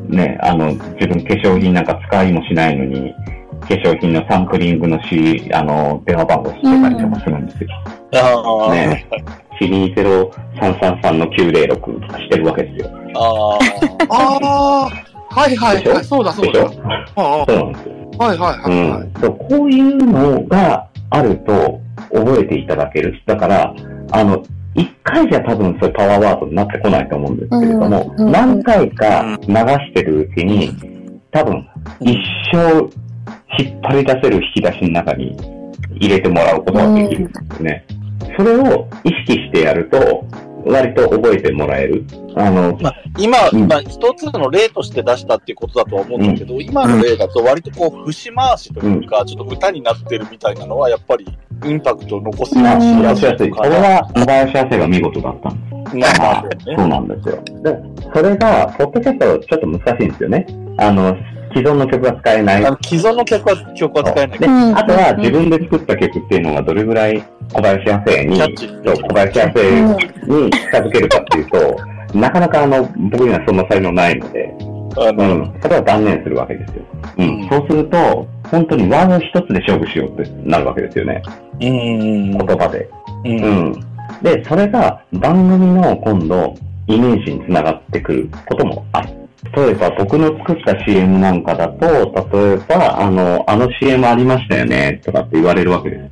S2: ね、あの、自分化粧品なんか使いもしないのに、化粧品のサンプリングのし、あの、電話番号知ってたりとかするんですよ。
S3: ああ、
S2: ね。シリー0333の906とかしてるわけですよ。
S3: あ
S1: あ
S3: あ、
S1: ー、はいはいはい、そうだそう
S2: でし
S1: だ
S2: ょ。
S1: あ
S2: そうなんですよ。
S1: あ、はいはいは
S2: う
S1: いはい。
S2: ん。そうこういうのがあると、覚えていただける。だから、あの、一回じゃ多分それパワーワードになってこないと思うんですけれども、
S5: うんうん
S2: 何回か流してるうちに、多分一生引っ張り出せる引き出しの中に入れてもらうことができるんですね。それを意識してやると、割と覚えてもらえる。あの、
S3: まあ、今、
S2: うん
S3: まあ、一つの例として出したっていうことだとは思うんだけど、今の例だと割とこう、節回しというか、ちょっと歌になってるみたいなのは、やっぱり、インパクトを残す
S2: まあ、
S3: し
S2: しやすい。こ
S3: か
S2: れ
S3: な。
S2: は、小林亜生が見事だったんです
S3: まあね
S2: そうなんですよ。で、それが、ポッドキャストちょっと難しいんですよね。あの、既存の曲は使えない。
S3: あの既存の曲は、曲は使えない
S2: で、
S5: うんうんうん
S2: あとは自分で作った曲っていうのがどれぐらい小林亜生に、
S3: キ
S2: そ
S3: ャ
S2: う
S3: ッチ
S2: 小林亜生に近づけるかっていうと、なかなかあの、僕にはそんな才能ないので、
S3: あ
S2: う
S3: の、
S2: ん、それは断念するわけですよ。う
S1: うん
S2: ん、そうすると、本当にワード一つで勝負しようってなるわけですよね、
S3: う
S2: 言
S3: ん。
S2: 葉で。
S3: うん
S2: うん。で、それが番組の今度、イメージにつながってくることもある。例えば、僕の作った CM なんかだと、例えば、あの、あの CM ありましたよね、とかって言われるわけです。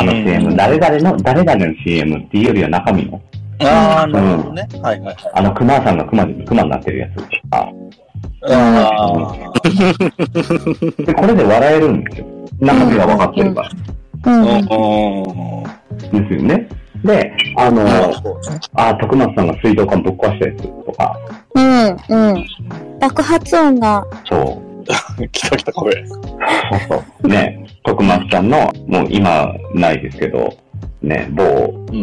S2: あの CM、誰々の、誰々の CM っていうよりは中身の。
S3: ああ、なるほどね。はいはいはい。
S2: あの、熊さんが熊に、熊になってるやつとか。
S3: あ
S2: で、これで笑えるんですよ。中身が分かってるから。ですよね。で、あの、あ、徳松さんが水道管ぶっ壊したやつとか、
S5: うん、うん。爆発音が、
S2: そう、
S3: あ、来た来た、これ。
S2: そうそう、ね、徳松さんの、もう今ないですけど、ね、某、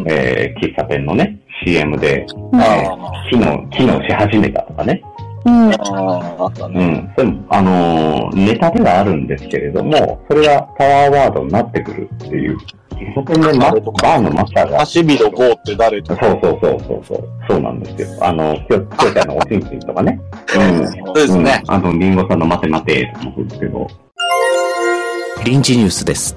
S2: えー喫茶店のね、CM で、
S5: うん
S2: えー機能、機能し始めたとかね。
S5: うん、
S3: ああ、あった
S2: う
S3: ね。
S2: ん。それもあのーネタではあるんですけれども、それがパワーワードになってくるっていう。喫茶店で、ま、バーのマスターが
S3: ハシビロゴーって誰と
S2: そう
S3: か。
S2: そうそうそうそう。そうなんですよ。あの、きょきょうちゃんのおちんちんとかね。うん。
S1: そうですね。
S2: うんあの、りんごさんの待て待てとかもそうですけど。
S8: 臨時ニュースです。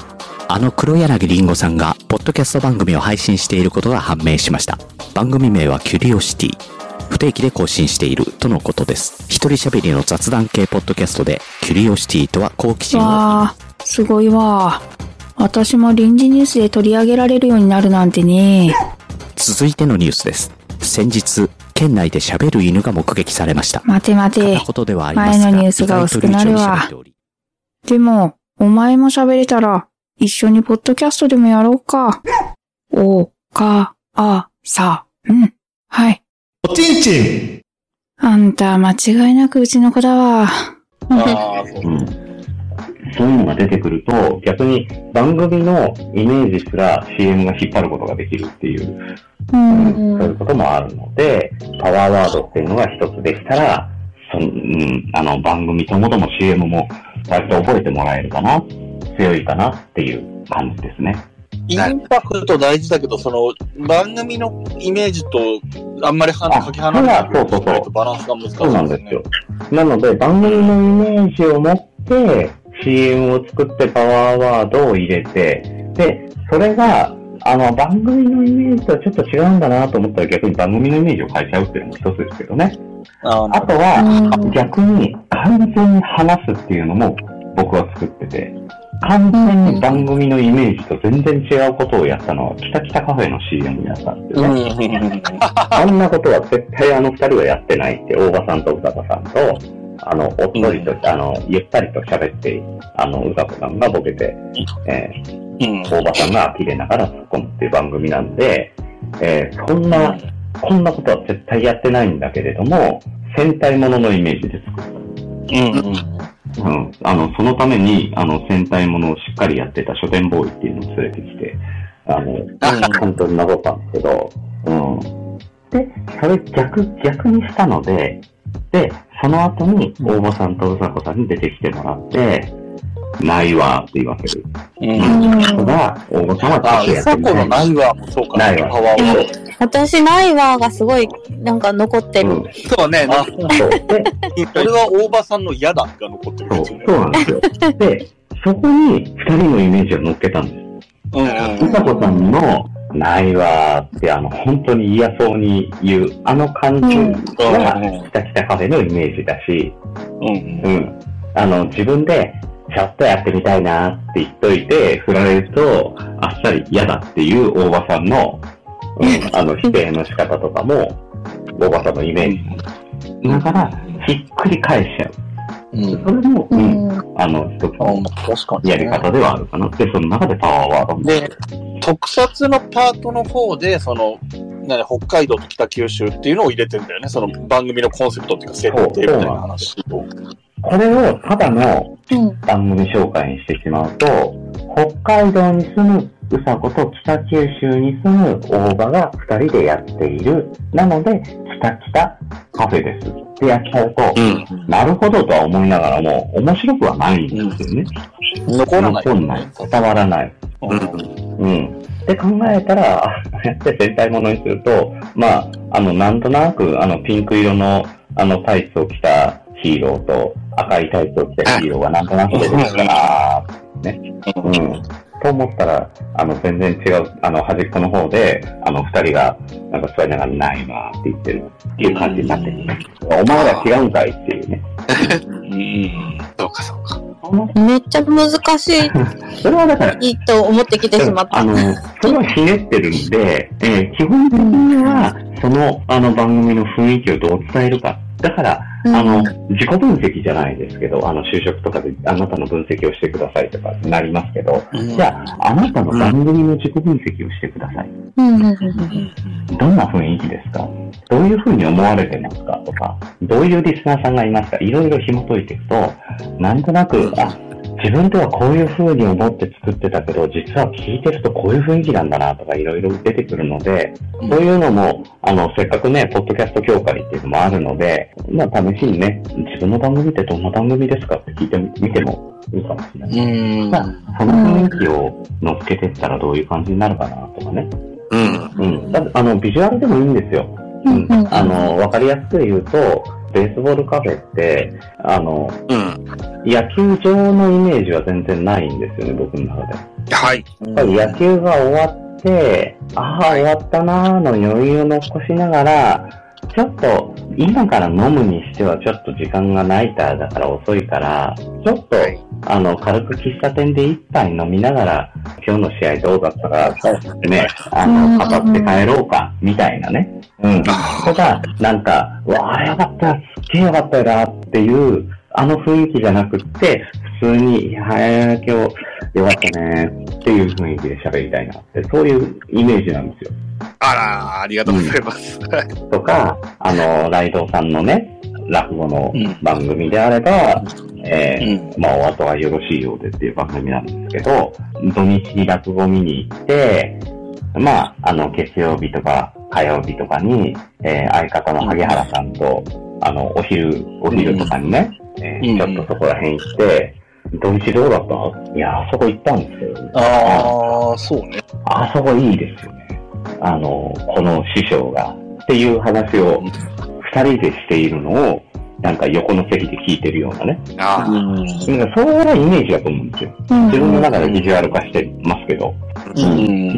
S8: あの黒柳りんごさんが、ポッドキャスト番組を配信していることが判明しました。番組名はキュリオシティ。不定期で更新しているとのことです。一人喋りの雑談系ポッドキャストで、キュリオシティとは好奇心を
S9: わあ、すごいわ。私も臨時ニュースで取り上げられるようになるなんてね。
S8: 続いてのニュースです。先日、県内で喋る犬が目撃されました。
S9: 待て待て
S8: な。ことではありますが
S9: 前のニュースが薄くなる
S8: 意外
S9: わ
S8: と流暢に喋っており
S9: でも、お前も喋れたら、一緒にポッドキャストでもやろうか。お、か、あ、さ、うん。はい。
S11: おちんちん
S9: あんた、間違いなくうちの子だ
S3: あ
S9: わ。
S3: あ、そう
S2: うん。そういうのが出てくると、逆に番組のイメージすら CM が引っ張ることができるっていう、
S9: う
S2: そういうこともあるので、パワーワードっていうのが一つできたら、そのうん、あの、番組ともども CM も割と覚えてもらえるかな、強いかなっていう感じですね。
S3: インパクト大事だけど、その、番組のイメージと、あんまりは
S2: あ
S3: かけ離れない
S2: そうそうそう
S3: バランスが難しい、
S2: そうなんですよ。。なので、番組のイメージを持って、CM を作ってパワーワードを入れて、で、それが、あの、番組のイメージとはちょっと違うんだなと思ったら逆に番組のイメージを変えちゃうっていうのも一つですけどね。
S3: ああ、
S2: あとは、逆に完全に話すっていうのも僕は作ってて、完全に番組のイメージと全然違うことをやったのは、キタキタカフェの CM やったんですよね。あんなことは絶対あの二人はやってないって、大場さんと宇佐子さんと、あの、おっとりと、あの、ゆったりと喋って、あの、宇佐子さんがボケて、え
S3: うん
S2: ー、大場さんが呆れながら突っ込むっていう番組なんで、えー、そんな、こんなことは絶対やってないんだけれども、戦隊もののイメージで作っ
S3: うん。
S2: た。うん。あの、そのために、あの、戦隊ものをしっかりやってた書店ボーイっていうのを連れてきて、あの、本当になぞったんですけど、うん。で、それ逆、逆にしたので、で、その後に大場さんとうさこさんに出てきてもらって、ないわって言わせる。うん。それが、大場さんは
S3: ああ、
S2: ちょっとやって
S3: う
S2: み
S3: こ
S2: た
S3: の
S2: い。
S3: ないわ、もそうか。
S2: ないわ
S3: パワーワー
S5: 私ないわがすごい、なんか残って
S2: う
S5: る。
S2: ん。
S1: そうね。
S3: あ
S2: そう。で、
S3: ド。俺は大場さんの嫌だが残ってる
S2: そ
S3: ん
S2: う、
S3: です
S2: そ
S3: よね。
S2: うなんですよ。で、そこに二人のイメージを乗っけたんです。
S3: うんうん
S2: うさこさんの、ないわーって、あの、本当に嫌そうに言う、あの感じが、きたきたカフェのイメージだし、
S3: うん
S2: うん。あの、自分で、ちょっとやってみたいなって言っといて、振られると、あっさり嫌だっていう大場さんの、 うん、あの、否定の仕方とかも、大場さんのイメージ。だから、ひっくり返しちゃう。
S3: うん。うん。
S2: それも、
S5: う
S2: うん、
S5: ん。
S2: あの、一つの
S3: 確かに。
S2: やり方ではあるかな。で、その中でパワーワードも。
S3: で、特撮のパートの方で、その、なに北海道と北九州っていうのを入れてんだよね。その番組のコンセプトっていうか、設定みたいな話を。
S2: これをただの
S5: うん
S2: 番組紹介にしてしまうと、北海道に住むうさ子と北九州に住む大場が二人でやっている。なので、北北カフェです。ってやっちゃうと、
S1: うん。
S2: なるほどとは思いながらも、面白くはないんですよね。
S3: 残らない。
S2: 残んない。伝わらない。
S3: うん
S2: うん。って考えたら、あこうやって全体ものにすると、まあ、あの、なんとなく、あの、ピンク色の、あの、タイツを着たヒーローと、赤いタイツを着たヒーローがなんとなく出てくるかな、ね。うん。とと思ったら、あの、全然違う、あの、端っこの方で、あの、二人が、なんか座りながら、ないわーって言ってるっていう感じになってるね。お前ら違うんかいっていうね。
S1: そうか、そうか。
S5: めっちゃ難しい。
S2: それはだから、
S5: いいと思ってきてしまった。
S2: あの、それはひねってるんで、えー基本的には、その、あの番組の雰囲気をどう伝えるか。だから、あの、自己分析じゃないですけど、あの、就職とかであなたの分析をしてくださいとかになりますけど、じゃあ、あなたの番組の自己分析をしてください。
S5: うんうんうん
S2: どんな雰囲気ですかどういうふうに思われてますかとか、どういうリスナーさんがいますかいろいろ紐解いていくと、なんとなく、あ、自分ではこういうふうに思って作ってたけど、実は聞いてるとこういう雰囲気なんだなとかいろいろ出てくるので、そういうのも、あの、せっかくね、ポッドキャスト協会っていうのもあるので、まあ試しにね、自分の番組ってどんな番組ですかって聞いてみてもいいかもしれない。
S1: うん。
S2: まあ、その雰囲気を乗っけてったらどういう感じになるかなとかね。
S1: うん。
S2: うん。だってあの、ビジュアルでもいいんですよ。
S5: うんうん
S2: あの、わかりやすく言うと、ベースボールカフェって、あの、野球場のイメージは全然ないんですよね、僕の中で。
S1: はい。
S2: やっぱり野球が終わって、ああ、終わったなーの余裕を残しながら、ちょっと、今から飲むにしてはちょっと時間がないからだから遅いから、ちょっと、あの、軽く喫茶店で一杯飲みながら、今日の試合どうだったか、ね、あの、語って帰ろうか、みたいなね。うん。とか、なんか、わあ、やばった、すっげえよかったよな、っていう、あの雰囲気じゃなくって、普通に、いやー、今日、よかったねーっていう雰囲気で喋りたいなって、そういうイメージなんですよ。
S1: あら、ありがとうございます。
S2: とか、あの、ライドさんのね、落語の番組であれば、えーまあ、お後がよろしいようでっていう番組なんですけど、土日に落語見に行って、まあ、あの、月曜日とか火曜日とかに、えー相方の萩原さんと、あの、お昼、お昼とかにね、えーちょっとそこら辺行って、土日どうだったいや、あそこ行ったんですよ。
S3: ああ、そうね。
S2: あそこいいですよね。あの、この師匠が、っていう話を、二人でしているのを、なんか横の席で聞いてるようなね。
S1: ああ。
S2: なんかそういうようなイメージだと思うんですよ。
S5: うん
S2: 自分の中でビジュアル化してますけど。じ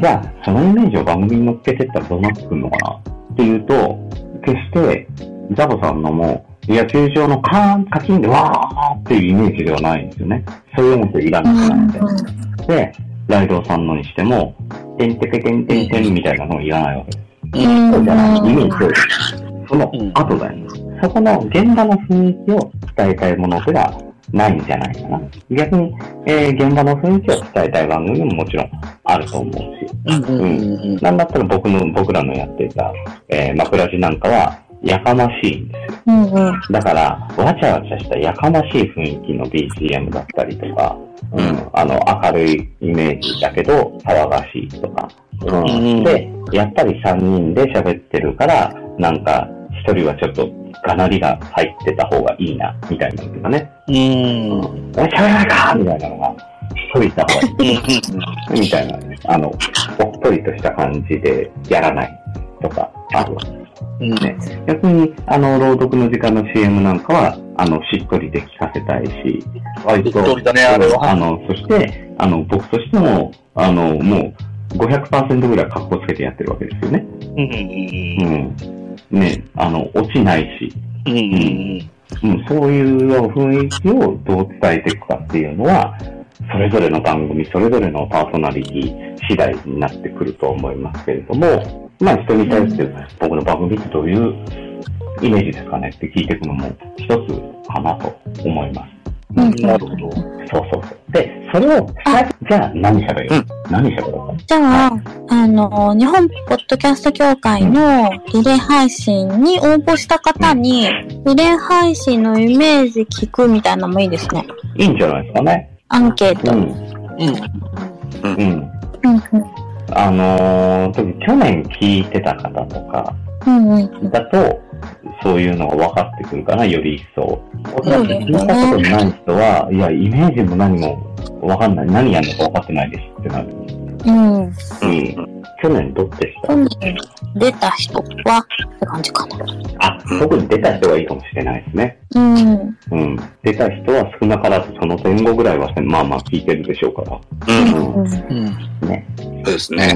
S2: ゃあ、そのイメージを番組に乗っけてったらどうなってくるのかなっていうと、決して、ザボさんのも、野球場のカーン、カキンでわーっていうイメージではないんですよね。そういうのっていらなくなって。で、ライドウさんのにしても、てんてけてんてんてんみたいなのいらないわけです。そうじゃない。イメージその後だよね。そこの現場の雰囲気を伝えたいものではないんじゃないかな。逆に、えー現場の雰囲気を伝えたい番組ももちろんあると思うし。うん。なんだったら僕の、僕らのやっていた、えー、枕地なんかは、やかましいんですよ。
S5: うんうん。
S2: だから、わちゃわちゃしたやかましい雰囲気の BGM だったりとか、うん、あの、明るいイメージだけど、騒がしいとか。うん、で、やっぱり3人で喋ってるから、なんか、1人はちょっと、がなりが入ってた方がいいな、みたいなのとかね。
S1: うん。うん。
S2: おい、喋らないかみたいなのが、1人いた方がいい。みたいな、あの、おっとりとした感じでやらないとか、あるわけです。ね、逆に、あの、朗読の時間の CM なんかは、あの、しっとりで聞かせたいし、割と、
S3: しっとりだねあれは
S2: あの、そして、あの、僕としても、あの、もう、500%ぐらい格好つけてやってるわけですよね。うん。ね、あの、落ちないし、
S1: うん。
S2: うん、そういうような雰囲気をどう伝えていくかっていうのは、それぞれの番組、それぞれのパーソナリティ次第になってくると思いますけれども、まあ人に対して僕の番組ってどういうイメージですかねって聞いていくのも一つかなと思います。
S3: なるほど。
S2: そうそうそう。で、それを、じゃあ何喋る、何喋ろうか。
S5: じゃあ、あの、日本ポッドキャスト協会のリレー配信に応募した方に、リレー配信のイメージ聞くみたいなのもいいですね。
S2: いいんじゃないですかね。
S5: アンケート。
S2: うん。うん。
S5: うん
S2: あのー、特に去年聞いてた方とか、
S5: うん。うんうん。
S2: だと、そういうのが分かってくるかな、より一層。おそらく
S5: そうです
S2: 聞
S5: ね
S2: いたことない人は、いや、イメージも何も分かんない。何やるのか分かってないですってなる。
S5: ううん。
S2: うん。去年どっちでした
S5: 本人出た人は、って感じかな。
S2: あ、特に出た人がいいかもしれないですね。
S5: うん。
S2: うん。出た人は少なからずその前後ぐらいは、まあまあ聞いてるでしょうから。う
S1: そ
S2: ん。
S1: うですね。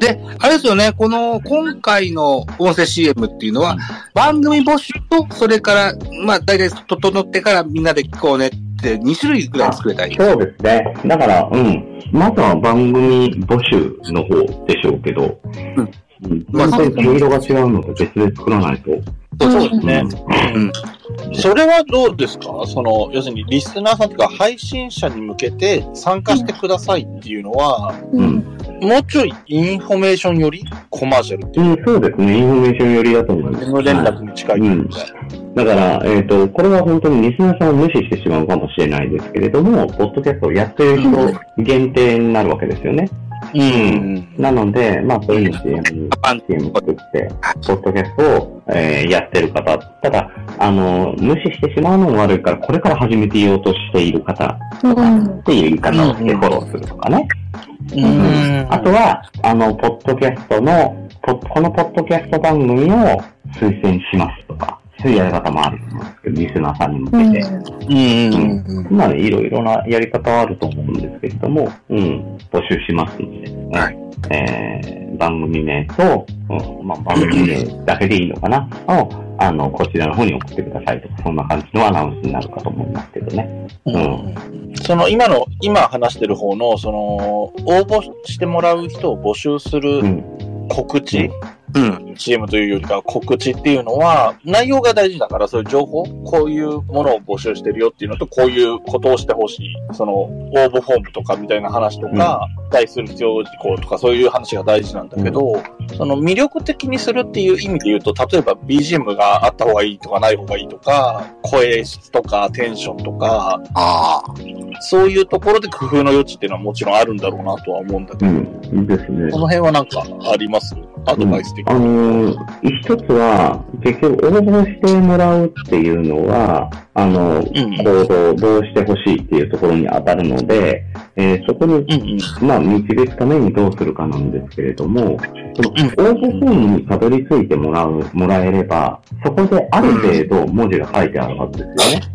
S1: で、あれですよね、この、今回の音声 CM っていうのは、番組募集と、それから、まあ、大体整ってからみんなで聞こうねって、2種類ぐらい作れたり。
S2: そうですね。だから、うん。まずは番組募集の方でしょうけど、うん。まあ、
S3: まあ
S2: 毛色が違うので別で作らないと。
S3: そうですね。
S2: うん。
S3: それはどうですかその、要するにリスナーさんとか配信者に向けて参加してくださいっていうのは、もうちょいインフォメーションよりコマーシャルって
S2: うん、そうですね。インフォメーション寄りだと思います。
S3: いう連絡に近いというか。
S2: だから、えっ、と、これは本当にリスナーさんを無視してしまうかもしれないですけれども、ポッドキャストをやってる人限定になるわけですよね。うん。なので、まあ、そういうの CM、CM 作って、ポッドキャストを、えーやってる方、ただ、あの、無視してしまうのも悪いから、これから始めていようとしている方っていう言い方をしてフォローするとかね。うんあとは、あの、ポッドキャストの、ポッこのポッドキャスト番組を推薦しますとか、そういうやり方もあると思うんですけど、リスナーさんに向けて。うん。まあ、いろいろなやり方はあると思うんですけれども、うん、募集しますので、えー番組名と、うんまあ、番組名だけでいいのかな、を、あの、こちらの方に送ってくださいとか、そんな感じのアナウンスになるかと思いますけどね。うん。
S3: その今の、今話してる方の、その、応募してもらう人を募集する告知、CM というよりかは告知っていうのは、内容が大事だから、そういう情報、こういうものを募集してるよっていうのと、こういうことをしてほしい、その、応募フォームとかみたいな話とか、対する必要事項とか、そういう話が大事なんだけど、その魅力的にするっていう意味で言うと、例えば BGM があった方がいいとかない方がいいとか、声質とかテンションとか、そういうところで工夫の余地っていうのはもちろんあるんだろうなとは思うんだけど、
S2: うん。いいですね。
S3: この辺はなんかありますアドバイス的
S2: あのー、一つは、結局応募してもらうっていうのは、あのー、行動、どうしてほしいっていうところに当たるので、えーそこに、まあ、導くためにどうするかなんですけれども、その応募フォームにたどり着いてもらう、もらえれば、そこである程度文字が書いてあるはずですよね。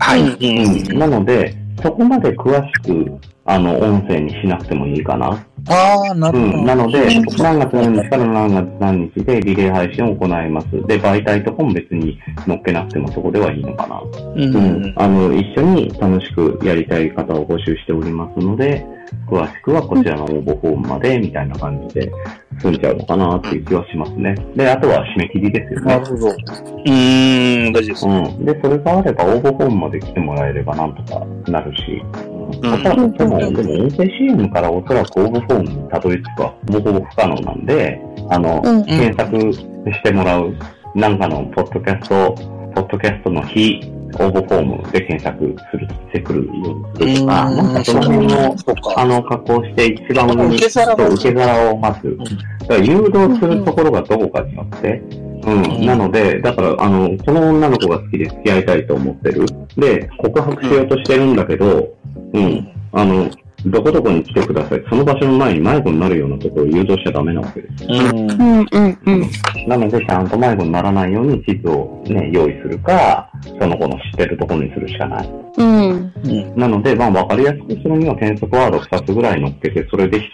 S2: はい。うん、なので、そこまで詳しく、あの、音声にしなくてもいいかな。
S3: ああ、なるほど。
S2: うん、なので、何月何日から何月何日でリレー配信を行います。で、媒体とかも別に載っけなくてもそこではいいのかな。
S3: うん
S2: あの、一緒に楽しくやりたい方を募集しておりますので、詳しくはこちらの応募フォームまで、みたいな感じで済んじゃうのかなっていう気はしますね。で、あとは締め切りですよね。
S3: なるほど。うーん、大事です。
S2: うん。で、それがあれば応募フォームまで来てもらえればなんとかなるし、おそらくでも、でも音声 CM からおそらく応募フォームにたどり着くはほぼほぼ不可能なんで、あの、
S3: うん
S2: 検索してもらう、なんかのポッドキャスト、ポッドキャストの日、応募フォームで検索する、してくるようにするとか、
S3: うん
S2: なんかその辺を
S3: そうか、
S2: あの、加工して一番
S3: 受け皿
S2: そ
S3: が
S2: う受け皿をまず、だから誘導するところがどこかによって、うん、なので、だから、あの、この女の子が好きで付き合いたいと思ってる。で、告白しようとしてるんだけど、うん、あの、どこどこに来てください。その場所の前に迷子になるようなところを誘導しちゃダメなわけです。
S5: うんうんうん。
S2: なので、ちゃんと迷子にならないように地図をね、用意するか、その子の知ってるところにするしかない。
S5: うん。
S2: なので、まあ、わかりやすくするには検索ワード2つぐらい乗っけて、それで1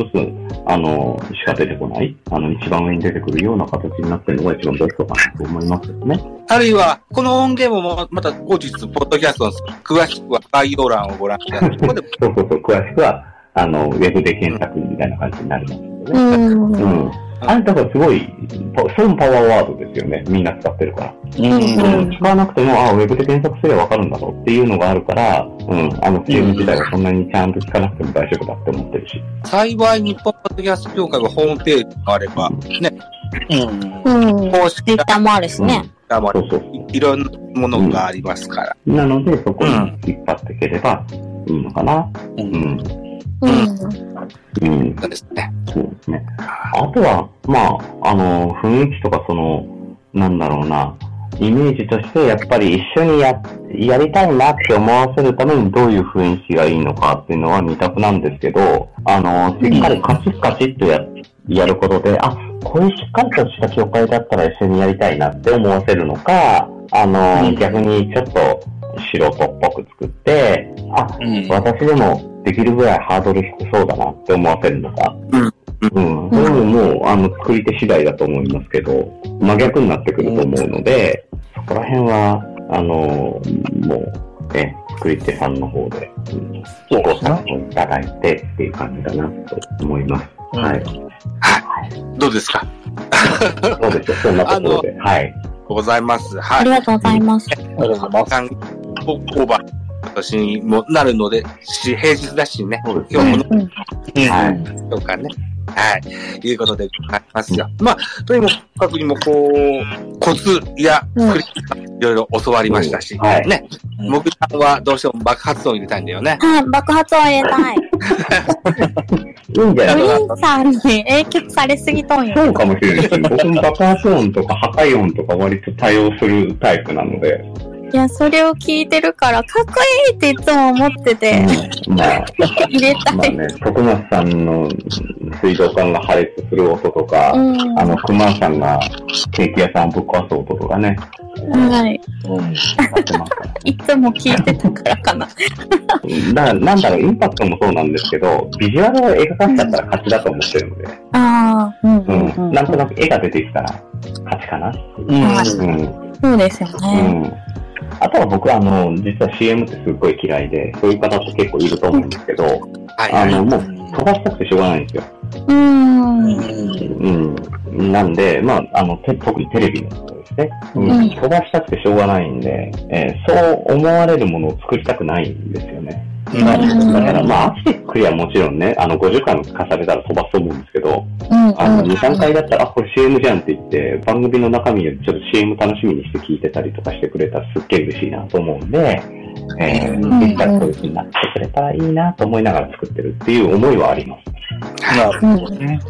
S2: つ、あの、しか出てこない、あの、一番上に出てくるような形になってるのが一番ベストかなと思いますよね。
S1: あるいは、この音源もまた後日、ポッドキャストの詳しくは概要欄をご覧ください。ここで
S2: そうそうそう、詳しくは、あの、ウェブで検索みたいな感じになりますよね。
S5: うん
S2: うん。あれ、だからすごい、パそれもパワーワードですよね。みんな使ってるから。
S3: うん
S2: うん使わなくても、あ、ウェブで検索すればわかるんだろうっていうのがあるから、うん、あの、ゲーム自体はそんなにちゃんと聞かなくても大丈夫だって思ってるし。
S1: 幸い、日本ポッドキャスト協会がホームページがあれば、ね、
S5: うん。ツイッターもあるしね。
S1: あまり
S2: そうそう
S1: いろんなものがありますから。
S2: なので、そこに引っ張っていければいいのかな。うん。
S5: うん。
S2: うん。
S1: そうですね。
S2: そうですね。あとは、まあ、あの、雰囲気とか、その、なんだろうな、イメージとして、やっぱり一緒にや、やりたいなって思わせるためにどういう雰囲気がいいのかっていうのは二択なんですけど、あの、しっかりカチッカチッとや、やることで、あ、こういうしっかりとした教会だったら一緒にやりたいなって思わせるのか、あの、逆にちょっと素人っぽく作って、あ、私でもできるぐらいハードル低そうだなって思わせるのか。うん。それももう、あの、作り手次第だと思いますけど、真逆になってくると思うので、そこら辺は、あの、もう、ね、作り手さんの方で、うん、ご参考いただいてっていう感じかなと思います。はい。
S1: どうですか
S2: そうですよ、そんなところで。はい。
S1: ございます。はい。
S5: ありがとうございます。
S1: ありがとうございます。オーバー。私にもなるので、し平日だしね、今日も
S5: うんうん
S1: はい。そうかね。はい。いうことで、ありますよ。まあ、とにもかくにも、こう、コツや、クリいろいろ教わりましたし、ね。もぐちゃんはどうしても爆発音入れたいんだよね。
S5: はい、爆発を入れたい。
S2: いいんじゃない
S5: グリーンさんに影響されすぎとんよ。
S2: そうかもしれないですね。僕も爆発音とか破壊音とか割と対応するタイプなので、
S5: いや、それを聞いてるから、かっこいいっていつも思ってて、
S2: まあ、
S5: 入れた
S2: まあ
S5: い。
S2: ね、徳松さんの水道管が破裂する音とか、
S5: うん
S2: あの、熊さんがケーキ屋さんをぶっ壊す音とかね、
S5: はい。
S2: うん、
S5: いつも聞いてたからかな。
S2: ななんだろう、インパクトもそうなんですけど、ビジュアルを描かせちゃったら勝ちだと思ってるので、
S5: ああ、うん、う
S2: うん
S5: ん、うん。
S2: なんとなく絵が出てきたら勝ちかなっていう
S5: うん
S2: うん
S5: そうですよね。
S2: うんあとは僕はあの、実は CM ってすっごい嫌いで、そういう方って結構いると思うんですけど、あの、もう飛ばしたくてしょうがないんですよ。
S5: うん。
S2: うん。なんで、まあ、あの、て特にテレビのことですね。う
S5: うんん。
S2: 飛ばしたくてしょうがないんで、えーそう思われるものを作りたくないんですよね。
S5: うん
S2: だから、まあ、アーキテクリはもちろんね、あの、50回も聞かされたら飛ばすと思うんですけど、
S5: うん、
S2: あの、2、3回だったら、あ、これ CM じゃんって言って、番組の中身よりちょっと CM 楽しみにして聞いてたりとかしてくれたらすっげえ嬉しいなと思うんで、えー、できたらそういう風になってくれたらいいなと思いながら作ってるっていう思いはあります。
S1: なるほどね。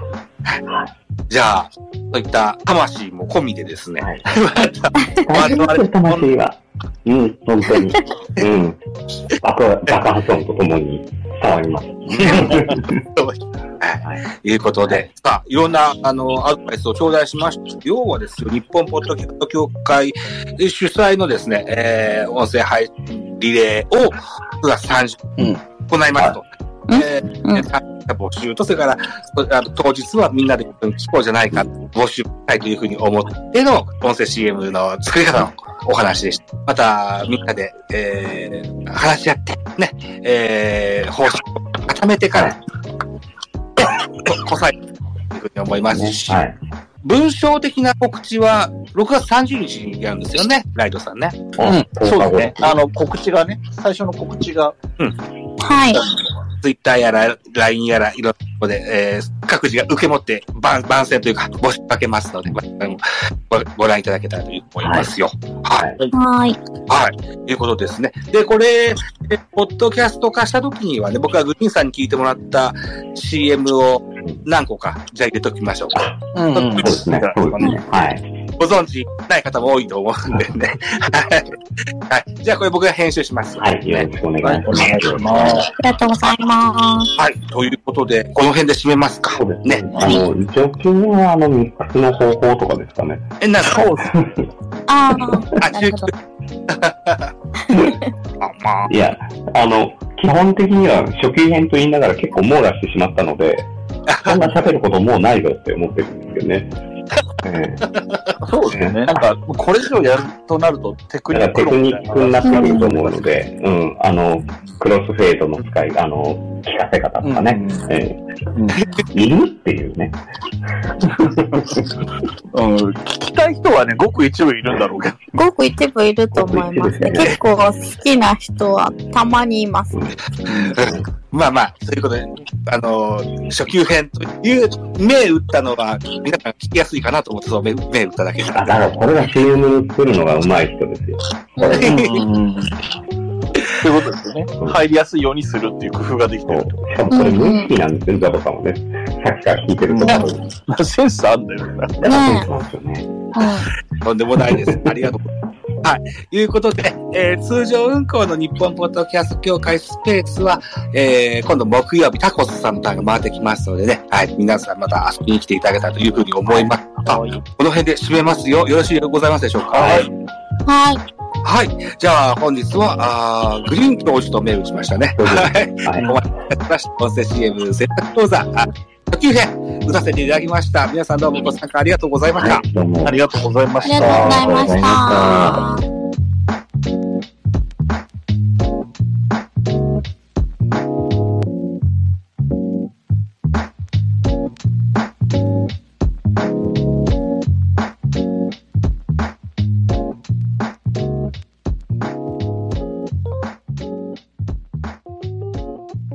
S1: じゃあ、そういった魂も込みでですね。
S2: 大変ですよ、魂は。うん、本当 に。うん。爆爆発音とともに伝わります。
S1: と いうことで、さあ、いろんな、あの、アドバイスを頂戴しました。要はですよ、日本ポッドキャスト協会主催のですね、えー、音声配信リレーを9月30日、行いますと。えー参加募集と、それから、そあの当日はみんなで聞こうじゃないか、募集したいというふうに思っての音声 CM の作り方のお話でした。また、みんなで、えー、話し合って、ね、えー、方針を固めてから、こさえというふうに思いますし、文章的な告知は6月30日にやるんですよね、ライドさんね。
S3: うん、そうですね。あの、告知がね、最初の告知が、
S5: はい。
S1: ツイッターやら、LINE やら、いろんなとこで、えー各自が受け持って番、番宣というか、募集かけますので、ごごご覧いただけたらと思いますよ。はい。
S5: はい。
S1: はい。ということですね。で、これ、えポッドキャスト化した時にはね、僕はグリーンさんに聞いてもらった CM を何個か、じゃあ入れときましょうか。
S3: うん、うん、そうですね。
S2: そうですね。はい。
S1: ご存知ない方も多いと思うんでね。 はい。はいじゃあ、これ僕が編集します。
S2: はい、よろしくお願いします。
S5: ありがとうございます。
S1: はい。ということで、この辺で締めますか。
S2: そうですね。あの、一応君はあの、ミックスの方法とかですかね。
S1: え、なんか、
S5: ああ、
S1: あ、中
S2: いや、あの、基本的には初級編と言いながら結構網羅してしまったので、そんな喋ることもうないぞって思ってるんですけど ね。え
S3: そうですね。なんか、これ以上やるとなると、テク
S2: え
S3: ニ
S2: だか
S3: ッ
S2: ら
S3: ク
S2: テクニックになってくると
S3: う。
S2: 思うので、うん、あの、クロスフェードの使い、あの、聞かせ方とかね、ええいるっていうね。
S3: うん、聞きたい人はね、ごく一部いるんだろうけど。
S5: ごく一部いると思いますね。結構好きな人はたまにいます。
S1: まあまあ、ということで、あの初級編という、銘打ったのは、皆さん聞きやすいかなと思って、そう、銘銘打っただけ
S2: あ、だからこれが CM に作るのが上手い人ですよ。これ
S3: ということですよね。入りやすいようにするっていう工夫ができてる。
S2: しかもこれ無意識なんですよ、ザボさんもね。さっきから聞いてると思う。
S3: センスあんだよね。
S2: だからそうなんですよね。
S1: とんでもないです。ありがとうございます。はい。いうことで、えー通常運行の日本ポッドキャスト協会スペースは、えー今度木曜日タコスさんのターンが回ってきますのでね、はい。皆さんまた遊びに来ていただけたらというふうに思います。あ、この辺で締めますよ。よろしいでございますでしょうか。はい。
S5: はい。
S1: はい。じゃあ、本日は、あーグリーン教授とメールしましたね。はい。お待たせしました。音声 CM 選択講座、あ初級編、打たせていただきました。皆さんどうもご参加ありがとうございました。
S2: どうも。
S1: ありがとうございま
S5: ありがとうございました。